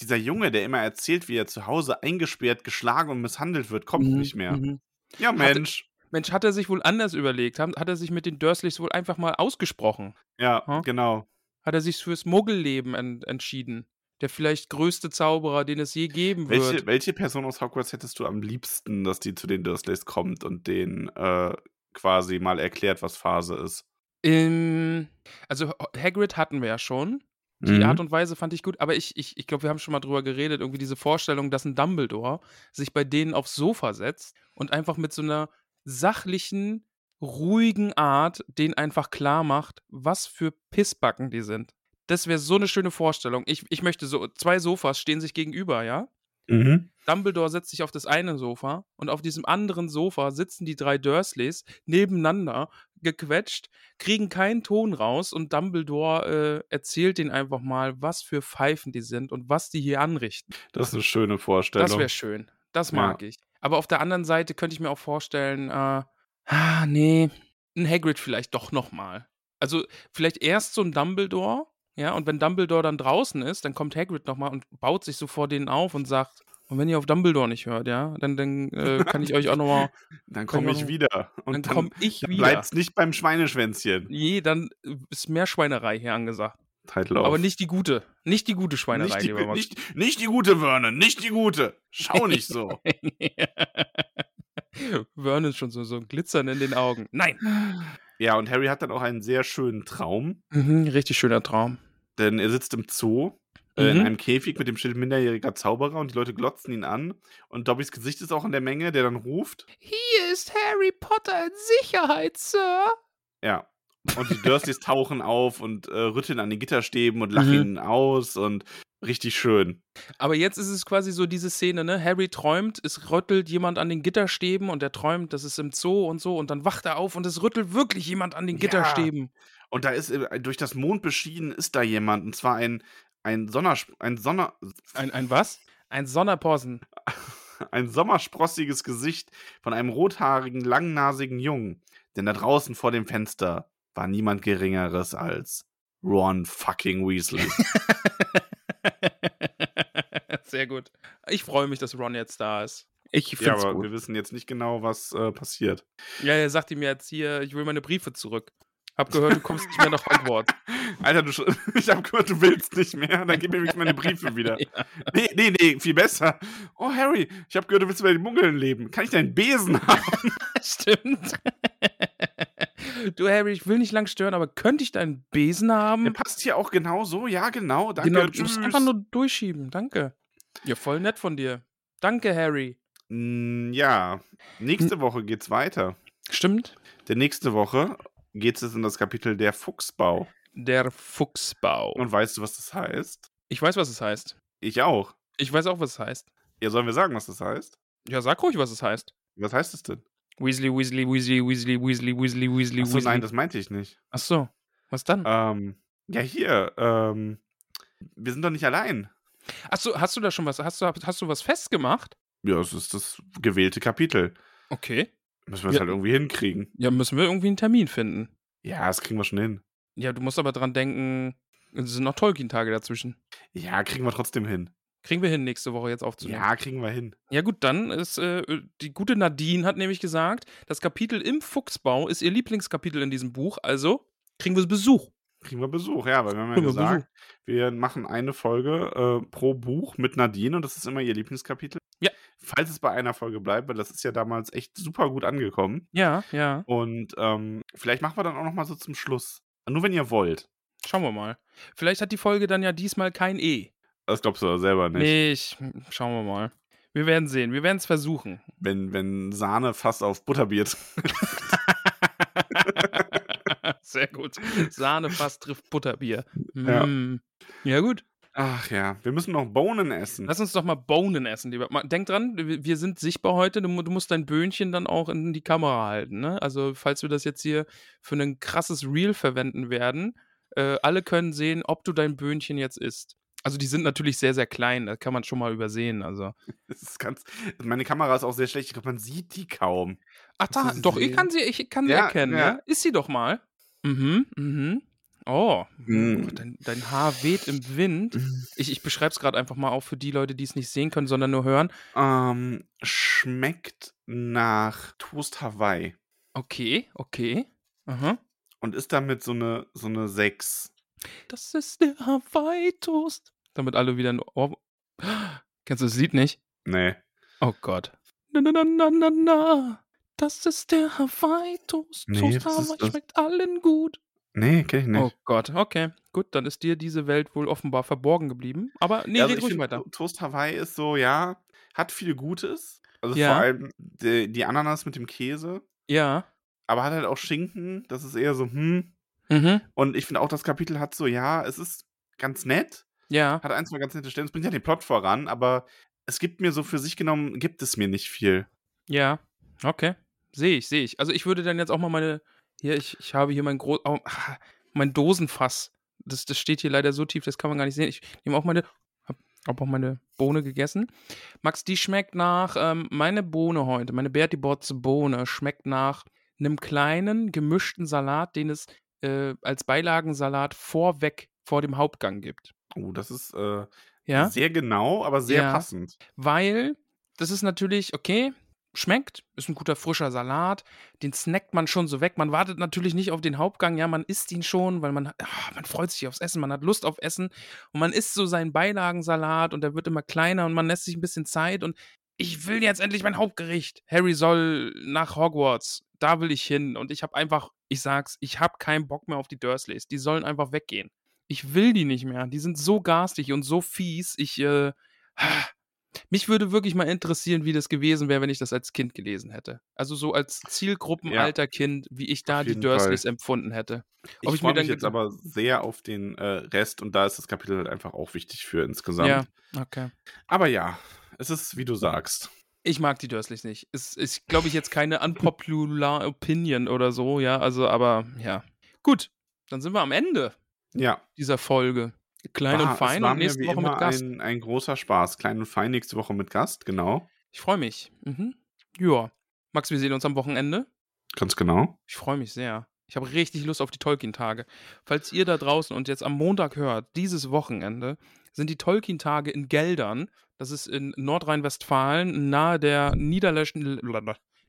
[SPEAKER 2] dieser Junge, der immer erzählt, wie er zu Hause eingesperrt, geschlagen und misshandelt wird, kommt
[SPEAKER 1] Mhm,
[SPEAKER 2] nicht mehr.
[SPEAKER 1] mhm.
[SPEAKER 2] Ja, Mensch.
[SPEAKER 1] Mensch, hat er sich wohl anders überlegt? Haben- Hat er sich mit den Dursleys wohl einfach mal ausgesprochen?
[SPEAKER 2] Ja,
[SPEAKER 1] Hm?
[SPEAKER 2] genau.
[SPEAKER 1] Hat er sich fürs Muggelleben en entschieden? Der vielleicht größte Zauberer, den es je geben wird.
[SPEAKER 2] Welche, welche Person aus Hogwarts hättest du am liebsten, dass die zu den Dursleys kommt und denen äh, quasi mal erklärt, was Phase ist?
[SPEAKER 1] Ähm, also Ho- Hagrid hatten wir ja schon. Die
[SPEAKER 2] Mhm.
[SPEAKER 1] Art und Weise fand ich gut, aber ich, ich, ich glaube, wir haben schon mal drüber geredet, irgendwie diese Vorstellung, dass ein Dumbledore sich bei denen aufs Sofa setzt und einfach mit so einer sachlichen, ruhigen Art denen einfach klar macht, was für Pissbacken die sind. Das wäre so eine schöne Vorstellung. Ich, ich möchte so, zwei Sofas stehen sich gegenüber, ja?
[SPEAKER 2] Mhm.
[SPEAKER 1] Dumbledore setzt sich auf das eine Sofa und auf diesem anderen Sofa sitzen die drei Dursleys nebeneinander, gequetscht, kriegen keinen Ton raus und Dumbledore äh, erzählt ihnen einfach mal, was für Pfeifen die sind und was die hier anrichten.
[SPEAKER 2] Das ist eine schöne Vorstellung.
[SPEAKER 1] Das wäre schön. Das
[SPEAKER 2] Ja.
[SPEAKER 1] mag ich. Aber auf der anderen Seite könnte ich mir auch vorstellen, äh, ah, nee, ein Hagrid vielleicht doch nochmal. Also vielleicht erst so ein Dumbledore, ja, und wenn Dumbledore dann draußen ist, dann kommt Hagrid nochmal und baut sich so vor denen auf und sagt, und wenn ihr auf Dumbledore nicht hört, ja, dann, dann äh, kann ich euch auch nochmal,
[SPEAKER 2] dann komme ich
[SPEAKER 1] Dann-
[SPEAKER 2] wieder. Und
[SPEAKER 1] dann
[SPEAKER 2] dann,
[SPEAKER 1] komm ich
[SPEAKER 2] dann
[SPEAKER 1] wieder.
[SPEAKER 2] bleibt's nicht beim Schweineschwänzchen.
[SPEAKER 1] Nee, dann äh, ist mehr Schweinerei hier angesagt.
[SPEAKER 2] Title auf.
[SPEAKER 1] Aber nicht die gute. Nicht die gute Schweinerei,
[SPEAKER 2] nicht die,
[SPEAKER 1] lieber Max.
[SPEAKER 2] nicht, nicht die gute Vernon, nicht die gute. Schau nicht so.
[SPEAKER 1] Vern ist schon so, so ein Glitzern in den Augen. Nein.
[SPEAKER 2] ja, und Harry hat dann auch einen sehr schönen Traum,
[SPEAKER 1] Mhm, richtig schöner Traum.
[SPEAKER 2] denn er sitzt im Zoo. äh, In
[SPEAKER 1] Mhm.
[SPEAKER 2] einem Käfig mit dem Schild minderjähriger Zauberer und die Leute glotzen ihn an. Und Dobbys Gesicht ist auch in der Menge, der dann ruft.
[SPEAKER 1] Hier ist Harry Potter in Sicherheit, Sir.
[SPEAKER 2] Ja. Und die Dursleys tauchen auf und äh, rütteln an den Gitterstäben und lachen
[SPEAKER 1] Mhm.
[SPEAKER 2] ihn aus und richtig schön.
[SPEAKER 1] Aber jetzt ist es quasi so diese Szene, ne? Harry träumt, es rüttelt jemand an den Gitterstäben und er träumt, das ist im Zoo und so und dann wacht er auf und es rüttelt wirklich jemand an den
[SPEAKER 2] Ja.
[SPEAKER 1] Gitterstäben.
[SPEAKER 2] Und da ist äh, durch das Mond beschienen ist da jemand. Und zwar ein, ein, Sonnerspr ein, Sonner
[SPEAKER 1] Ein, ein was? Ein Sonnerpossen.
[SPEAKER 2] ein sommersprossiges Gesicht von einem rothaarigen, langnasigen Jungen. Denn da draußen vor dem Fenster war niemand Geringeres als Ron fucking Weasley.
[SPEAKER 1] Sehr gut. Ich freue mich, dass Ron jetzt da ist.
[SPEAKER 2] Ich ja,
[SPEAKER 1] find's
[SPEAKER 2] aber
[SPEAKER 1] gut.
[SPEAKER 2] wir wissen jetzt nicht genau, was äh, passiert.
[SPEAKER 1] Ja, er sagt ihm jetzt hier, ich will meine Briefe zurück. Hab gehört, du kommst nicht mehr nach Hogwarts.
[SPEAKER 2] Alter, du, sch- ich habe gehört, du willst nicht mehr. Dann gib mir wenigstens meine Briefe wieder. Nee, nee, nee, viel besser. Oh, Harry, ich habe gehört, du willst bei den Muggeln leben. Kann ich deinen Besen haben?
[SPEAKER 1] Stimmt. Du, Harry, ich will nicht lang stören, aber könnte ich deinen Besen haben?
[SPEAKER 2] Der passt hier auch genau so. Ja, genau. Danke,
[SPEAKER 1] genau, du
[SPEAKER 2] tschüss.
[SPEAKER 1] musst einfach nur durchschieben. Danke. Ja, voll nett von dir. Danke, Harry.
[SPEAKER 2] Mm, ja, nächste Woche geht's weiter.
[SPEAKER 1] Stimmt?
[SPEAKER 2] Denn nächste Woche geht's jetzt in das Kapitel der Fuchsbau.
[SPEAKER 1] Der Fuchsbau.
[SPEAKER 2] Und weißt du, was das heißt?
[SPEAKER 1] Ich weiß, was es heißt.
[SPEAKER 2] Ich auch.
[SPEAKER 1] Ich weiß auch, was es heißt.
[SPEAKER 2] Ja, sollen wir sagen, was das heißt?
[SPEAKER 1] Ja, sag ruhig, was es heißt.
[SPEAKER 2] Was heißt es denn?
[SPEAKER 1] Weasley, Weasley, Weasley, Weasley, Weasley, Weasley, Weasley,
[SPEAKER 2] Achso,
[SPEAKER 1] Weasley.
[SPEAKER 2] nein, das meinte ich nicht.
[SPEAKER 1] Ach so. Ah. Was dann?
[SPEAKER 2] Ähm, ja, hier, ähm, wir sind doch nicht allein.
[SPEAKER 1] Ach so, hast du da schon was? Hast du, hast du was festgemacht?
[SPEAKER 2] Ja, es ist das gewählte Kapitel.
[SPEAKER 1] Okay.
[SPEAKER 2] Müssen wir es
[SPEAKER 1] Ja.
[SPEAKER 2] halt irgendwie hinkriegen.
[SPEAKER 1] Ja, müssen wir irgendwie einen Termin finden.
[SPEAKER 2] Ja, das kriegen wir schon hin.
[SPEAKER 1] Ja, du musst aber dran denken, es sind noch Tolkien-Tage dazwischen.
[SPEAKER 2] Ja, kriegen wir trotzdem hin.
[SPEAKER 1] Kriegen wir hin, nächste Woche jetzt aufzunehmen.
[SPEAKER 2] Ja, kriegen wir hin.
[SPEAKER 1] Ja gut, dann ist äh, die gute Nadine hat nämlich gesagt, das Kapitel im Fuchsbau ist ihr Lieblingskapitel in diesem Buch, also kriegen wir Besuch.
[SPEAKER 2] Kriegen wir Besuch, ja, weil wir haben ja
[SPEAKER 1] Kriegen wir
[SPEAKER 2] gesagt, wir machen eine Folge äh, pro Buch mit Nadine und das ist immer ihr Lieblingskapitel.
[SPEAKER 1] Ja.
[SPEAKER 2] Falls es bei einer Folge bleibt, weil das ist ja damals echt super gut angekommen.
[SPEAKER 1] Ja, ja.
[SPEAKER 2] Und ähm, vielleicht machen wir dann auch noch mal so zum Schluss. Nur wenn ihr wollt.
[SPEAKER 1] Schauen wir mal. Vielleicht hat die Folge dann ja diesmal kein E.
[SPEAKER 2] Das glaubst du aber selber nicht.
[SPEAKER 1] Nee, ich, schauen wir mal. Wir werden sehen, wir werden es versuchen.
[SPEAKER 2] Wenn, wenn Sahne fast auf Butterbier
[SPEAKER 1] Sehr gut. Sahne fast trifft Butterbier.
[SPEAKER 2] Ja.
[SPEAKER 1] Mm. ja gut.
[SPEAKER 2] Ach ja, wir müssen noch Bohnen essen.
[SPEAKER 1] Lass uns doch mal Bohnen essen, lieber. Ma- Denk dran, wir wir sind sichtbar heute. Du, mu- du musst dein Böhnchen dann auch in die Kamera halten. Ne? Also, falls wir das jetzt hier für ein krasses Reel verwenden werden, äh, alle können sehen, ob du dein Böhnchen jetzt isst. Also, die sind natürlich sehr, sehr klein. Das kann man schon mal übersehen. Also.
[SPEAKER 2] Das ist ganz, meine Kamera ist auch sehr schlecht, ich glaube, man sieht die kaum.
[SPEAKER 1] Ach, da,
[SPEAKER 2] Kannst du sie
[SPEAKER 1] doch, ich
[SPEAKER 2] sehen?
[SPEAKER 1] kann sie, ich kann sie
[SPEAKER 2] Ja,
[SPEAKER 1] erkennen.
[SPEAKER 2] ja.
[SPEAKER 1] Ja. Isst sie doch mal. Mhm, mhm. Oh,
[SPEAKER 2] Mm.
[SPEAKER 1] oh, dein, dein Haar weht im Wind. Ich, ich beschreibe es gerade einfach mal auch für die Leute, die es nicht sehen können, sondern nur hören.
[SPEAKER 2] Ähm, schmeckt nach Toast Hawaii
[SPEAKER 1] Okay, okay. Aha.
[SPEAKER 2] und ist damit so eine, so eine 6.
[SPEAKER 1] Das ist der Hawaii-Toast. Damit alle wieder ein Ohr. Kennst du das Lied nicht?
[SPEAKER 2] Nee.
[SPEAKER 1] Oh Gott. Na, na, na, na, na, na. Das ist der Hawaii-Toast.
[SPEAKER 2] Nee,
[SPEAKER 1] Toast
[SPEAKER 2] was ist
[SPEAKER 1] Hawaii
[SPEAKER 2] das?
[SPEAKER 1] schmeckt allen gut.
[SPEAKER 2] Nee, kenn ich nicht.
[SPEAKER 1] Oh Gott, okay. Gut, dann ist dir diese Welt wohl offenbar verborgen geblieben. Aber nee,
[SPEAKER 2] also
[SPEAKER 1] red
[SPEAKER 2] ich
[SPEAKER 1] ruhig
[SPEAKER 2] find,
[SPEAKER 1] weiter.
[SPEAKER 2] To- Toast Hawaii ist so, ja, hat viel Gutes. Also
[SPEAKER 1] Ja.
[SPEAKER 2] vor allem die, die Ananas mit dem Käse,
[SPEAKER 1] Ja.
[SPEAKER 2] aber hat halt auch Schinken. Das ist eher so, hm.
[SPEAKER 1] Mhm.
[SPEAKER 2] Und ich finde auch, das Kapitel hat so, ja, es ist ganz nett,
[SPEAKER 1] Ja.
[SPEAKER 2] hat ein, zwei ganz nette Stellen. Es bringt ja den Plot voran, aber es gibt mir so für sich genommen, gibt es mir nicht viel.
[SPEAKER 1] Ja. Okay. Sehe ich, sehe ich. Also ich würde dann jetzt auch mal meine. Hier, ich, ich habe hier mein groß. Oh, ah, mein Dosenfass. Das, das steht hier leider so tief, das kann man gar nicht sehen. Ich nehme auch meine. Hab, hab auch meine Bohne gegessen. Max, die schmeckt nach. Ähm, meine Bohne heute, meine Bertie Botts Bohne, schmeckt nach einem kleinen gemischten Salat, den es äh, als Beilagensalat vorweg vor dem Hauptgang gibt.
[SPEAKER 2] Oh, das ist äh,
[SPEAKER 1] Ja?
[SPEAKER 2] sehr genau, aber sehr
[SPEAKER 1] Ja.
[SPEAKER 2] passend.
[SPEAKER 1] weil das ist natürlich, okay, schmeckt, ist ein guter frischer Salat, den snackt man schon so weg. Man wartet natürlich nicht auf den Hauptgang, ja, man isst ihn schon, weil man, ah, man freut sich aufs Essen, man hat Lust auf Essen und man isst so seinen Beilagensalat und der wird immer kleiner und man lässt sich ein bisschen Zeit und ich will jetzt endlich mein Hauptgericht. Harry soll nach Hogwarts. Da will ich hin. Und ich habe einfach, ich sag's, ich habe keinen Bock mehr auf die Dursleys. Die sollen einfach weggehen. Ich will die nicht mehr. Die sind so garstig und so fies. Ich, äh, mich würde wirklich mal interessieren, wie das gewesen wäre, wenn ich das als Kind gelesen hätte. Also so als Zielgruppenalter Kind, wie ich da
[SPEAKER 2] Auf
[SPEAKER 1] die
[SPEAKER 2] jeden
[SPEAKER 1] Dursleys empfunden hätte.
[SPEAKER 2] Ich,
[SPEAKER 1] Ob ich mir
[SPEAKER 2] freue
[SPEAKER 1] dann
[SPEAKER 2] mich jetzt
[SPEAKER 1] ged-
[SPEAKER 2] aber sehr auf den äh, Rest und da ist das Kapitel halt einfach auch wichtig für insgesamt.
[SPEAKER 1] Ja, okay.
[SPEAKER 2] Aber ja, es ist, wie du sagst.
[SPEAKER 1] Ich mag die Dursleys nicht. Es ist, glaube ich, jetzt keine unpopular Opinion oder so, ja. Also, aber ja. Gut, dann sind wir am Ende
[SPEAKER 2] Ja,
[SPEAKER 1] dieser Folge. Klein
[SPEAKER 2] war-
[SPEAKER 1] und fein
[SPEAKER 2] es war
[SPEAKER 1] und
[SPEAKER 2] mir
[SPEAKER 1] nächste
[SPEAKER 2] wie
[SPEAKER 1] Woche
[SPEAKER 2] immer
[SPEAKER 1] mit Gast.
[SPEAKER 2] Ein, ein großer Spaß. Klein und fein nächste Woche mit Gast, genau.
[SPEAKER 1] Ich freue mich. Mhm. Ja. Max, wir sehen uns am Wochenende.
[SPEAKER 2] Ganz genau.
[SPEAKER 1] Ich freue mich sehr. Ich habe richtig Lust auf die Tolkien-Tage. Falls ihr da draußen und jetzt am Montag hört, dieses Wochenende, sind die Tolkien-Tage in Geldern. Das ist in Nordrhein-Westfalen, nahe der niederländischen,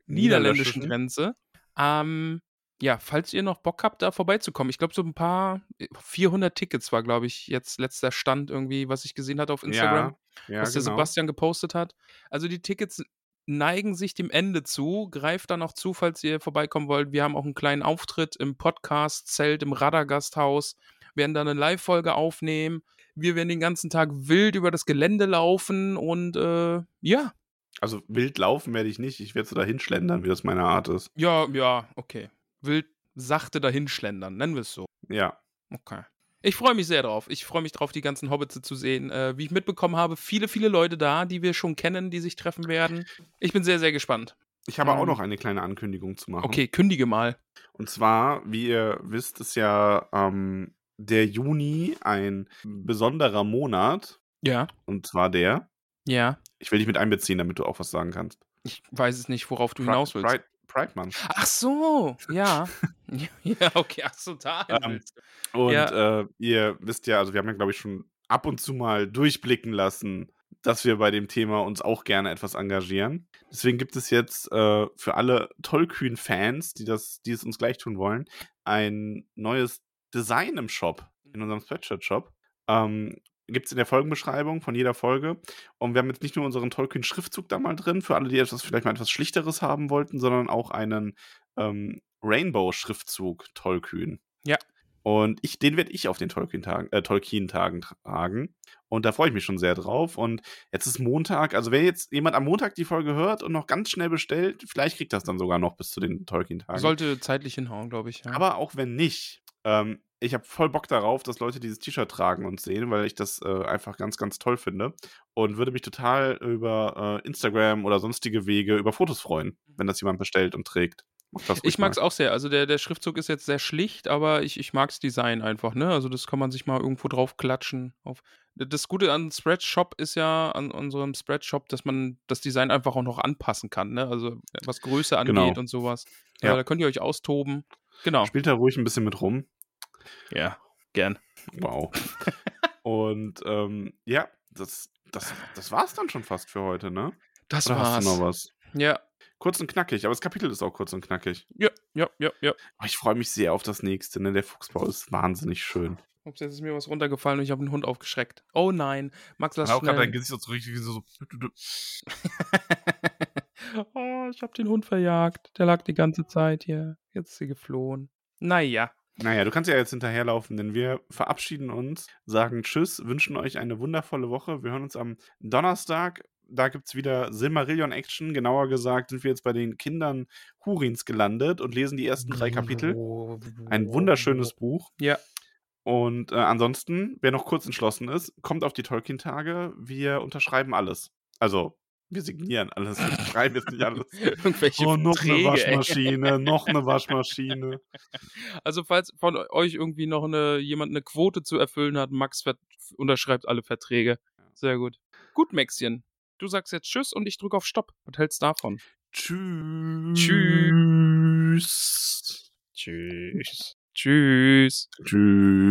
[SPEAKER 1] niederländischen
[SPEAKER 2] Niederländischen.
[SPEAKER 1] Grenze. Ähm, ja, falls ihr noch Bock habt, da vorbeizukommen. Ich glaube, so ein paar 400 Tickets war, glaube ich, jetzt letzter Stand irgendwie, was ich gesehen hatte auf Instagram
[SPEAKER 2] Ja,
[SPEAKER 1] was der
[SPEAKER 2] genau.
[SPEAKER 1] Sebastian gepostet hat. Also die Tickets neigen sich dem Ende zu. Greift dann auch zu, falls ihr vorbeikommen wollt. Wir haben auch einen kleinen Auftritt im Podcast-Zelt im Radagasthaus. Werden da eine Live-Folge aufnehmen. Wir werden den ganzen Tag wild über das Gelände laufen und äh, ja,
[SPEAKER 2] Also wild laufen werde ich nicht. Ich werde so dahin schlendern, wie das meine Art ist.
[SPEAKER 1] ja, ja, okay. Wild sachte dahinschlendern, nennen wir es so.
[SPEAKER 2] Ja.
[SPEAKER 1] Okay. Ich freue mich sehr drauf. Ich freue mich drauf, die ganzen Hobbits zu sehen. Äh, wie ich mitbekommen habe, viele, viele Leute da, die wir schon kennen, die sich treffen werden. Ich bin sehr, sehr gespannt.
[SPEAKER 2] Ich habe auch
[SPEAKER 1] Ähm.
[SPEAKER 2] noch eine kleine Ankündigung zu machen.
[SPEAKER 1] Okay, kündige mal.
[SPEAKER 2] Und zwar, wie ihr wisst, ist ja ähm, der Juni ein besonderer Monat.
[SPEAKER 1] Ja.
[SPEAKER 2] Und zwar der.
[SPEAKER 1] Ja.
[SPEAKER 2] Ich will dich mit einbeziehen, damit du auch was sagen kannst.
[SPEAKER 1] Ich weiß es nicht, worauf du hinaus willst.
[SPEAKER 2] Pride, Pride Month.
[SPEAKER 1] Ach so, ja. ja, okay, ach so, da hin
[SPEAKER 2] Ähm,
[SPEAKER 1] willst du.
[SPEAKER 2] Und
[SPEAKER 1] Ja.
[SPEAKER 2] äh, ihr wisst ja, also wir haben ja, glaube ich, schon ab und zu mal durchblicken lassen, dass wir bei dem Thema uns auch gerne etwas engagieren. Deswegen gibt es jetzt äh, für alle Tollkühn-Fans, die, das- die es uns gleich tun wollen, ein neues Design im Shop,
[SPEAKER 1] Mhm.
[SPEAKER 2] in unserem Spreadshirt-Shop. Ähm, gibt es in der Folgenbeschreibung von jeder Folge. Und wir haben jetzt nicht nur unseren Tollkühn-Schriftzug da mal drin, für alle, die etwas, vielleicht mal etwas Schlichteres haben wollten, sondern auch einen ähm, Rainbow-Schriftzug Tollkühn.
[SPEAKER 1] Ja.
[SPEAKER 2] Und ich, den werde ich auf den Tolkien-Tagen äh, Tolkien tragen. Und da freue ich mich schon sehr drauf. Und jetzt ist Montag. Also, wenn jetzt jemand am Montag die Folge hört und noch ganz schnell bestellt, vielleicht kriegt das dann sogar noch bis zu den Tolkien-Tagen.
[SPEAKER 1] Sollte zeitlich hinhauen, glaube ich. Ja.
[SPEAKER 2] Aber auch wenn nicht, ähm, ich habe voll Bock darauf, dass Leute dieses T-Shirt tragen und sehen, weil ich das äh, einfach ganz, ganz toll finde. Und würde mich total über äh, Instagram oder sonstige Wege über Fotos freuen, wenn das jemand bestellt und trägt. Macht das ruhig
[SPEAKER 1] Mhm. ich mag es auch sehr. Also der, der Schriftzug ist jetzt sehr schlicht, aber ich, ich mag das Design einfach, ne? Also das kann man sich mal irgendwo drauf klatschen. Auf. Das Gute an Spreadshop ist ja, an unserem Spreadshop, dass man das Design einfach auch noch anpassen kann, ne? Also was Größe angeht
[SPEAKER 2] Genau.
[SPEAKER 1] und sowas.
[SPEAKER 2] Ja.
[SPEAKER 1] Ja. Da könnt ihr euch austoben. Genau.
[SPEAKER 2] Spielt da ruhig ein bisschen mit rum.
[SPEAKER 1] Ja, gern.
[SPEAKER 2] Wow. und ähm, ja, das, das, das war's dann schon fast für heute, ne?
[SPEAKER 1] Das
[SPEAKER 2] Oder
[SPEAKER 1] war's.
[SPEAKER 2] hast du noch was?
[SPEAKER 1] Ja,
[SPEAKER 2] Kurz und knackig, aber das Kapitel ist auch kurz und knackig.
[SPEAKER 1] ja, ja, ja, ja.
[SPEAKER 2] Oh, ich freue mich sehr auf das nächste, ne? Der Fuchsbau ist wahnsinnig schön.
[SPEAKER 1] Ups, jetzt ist mir was runtergefallen und ich habe einen Hund aufgeschreckt. Oh nein, Max, lass
[SPEAKER 2] Auch gerade dein
[SPEAKER 1] schnell.
[SPEAKER 2] Gesicht so richtig so.
[SPEAKER 1] oh, ich habe den Hund verjagt. Der lag die ganze Zeit hier. Jetzt ist sie geflohen. Naja.
[SPEAKER 2] Naja, du kannst ja jetzt hinterherlaufen, denn wir verabschieden uns, sagen Tschüss, wünschen euch eine wundervolle Woche. Wir hören uns am Donnerstag. Da gibt es wieder Silmarillion Action. Genauer gesagt sind wir jetzt bei den Kindern Hurins gelandet und lesen die ersten drei Kapitel. Ein wunderschönes Buch.
[SPEAKER 1] Ja.
[SPEAKER 2] Und äh, ansonsten, wer noch kurz entschlossen ist, kommt auf die Tolkien-Tage. Wir unterschreiben alles. Also, wir signieren alles. Wir schreiben jetzt nicht alles.
[SPEAKER 1] Irgendwelche
[SPEAKER 2] Oh, noch eine
[SPEAKER 1] Verträge, ey.
[SPEAKER 2] Waschmaschine, noch eine Waschmaschine.
[SPEAKER 1] Also falls von euch irgendwie noch eine, jemand eine Quote zu erfüllen hat, Max ver- unterschreibt alle Verträge. Sehr gut. Gut, Maxchen. Du sagst jetzt Tschüss und ich drücke auf Stopp. Was hältst du davon?
[SPEAKER 2] Tschüss.
[SPEAKER 1] Tschüss. Tschüss.
[SPEAKER 2] Tschüss.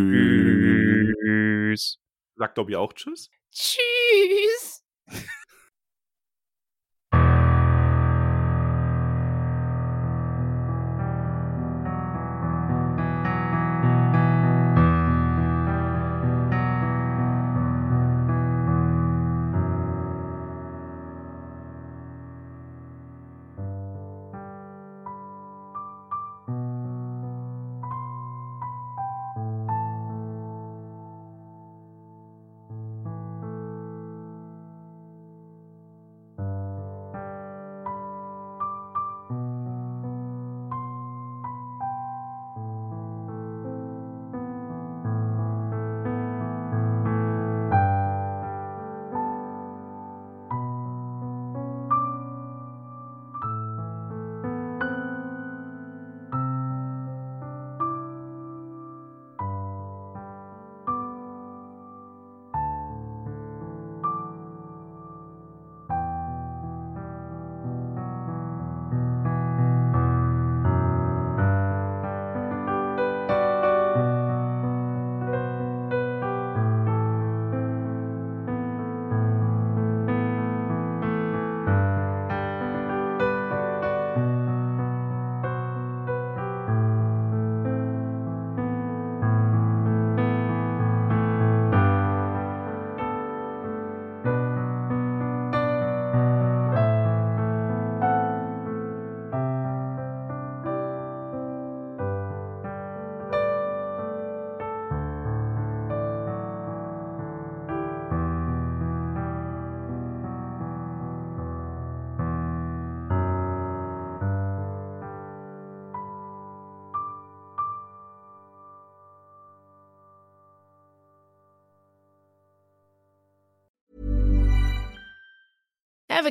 [SPEAKER 1] Tschüss.
[SPEAKER 2] Sagt Dobby auch Tschüss?
[SPEAKER 4] Tschüss. Ever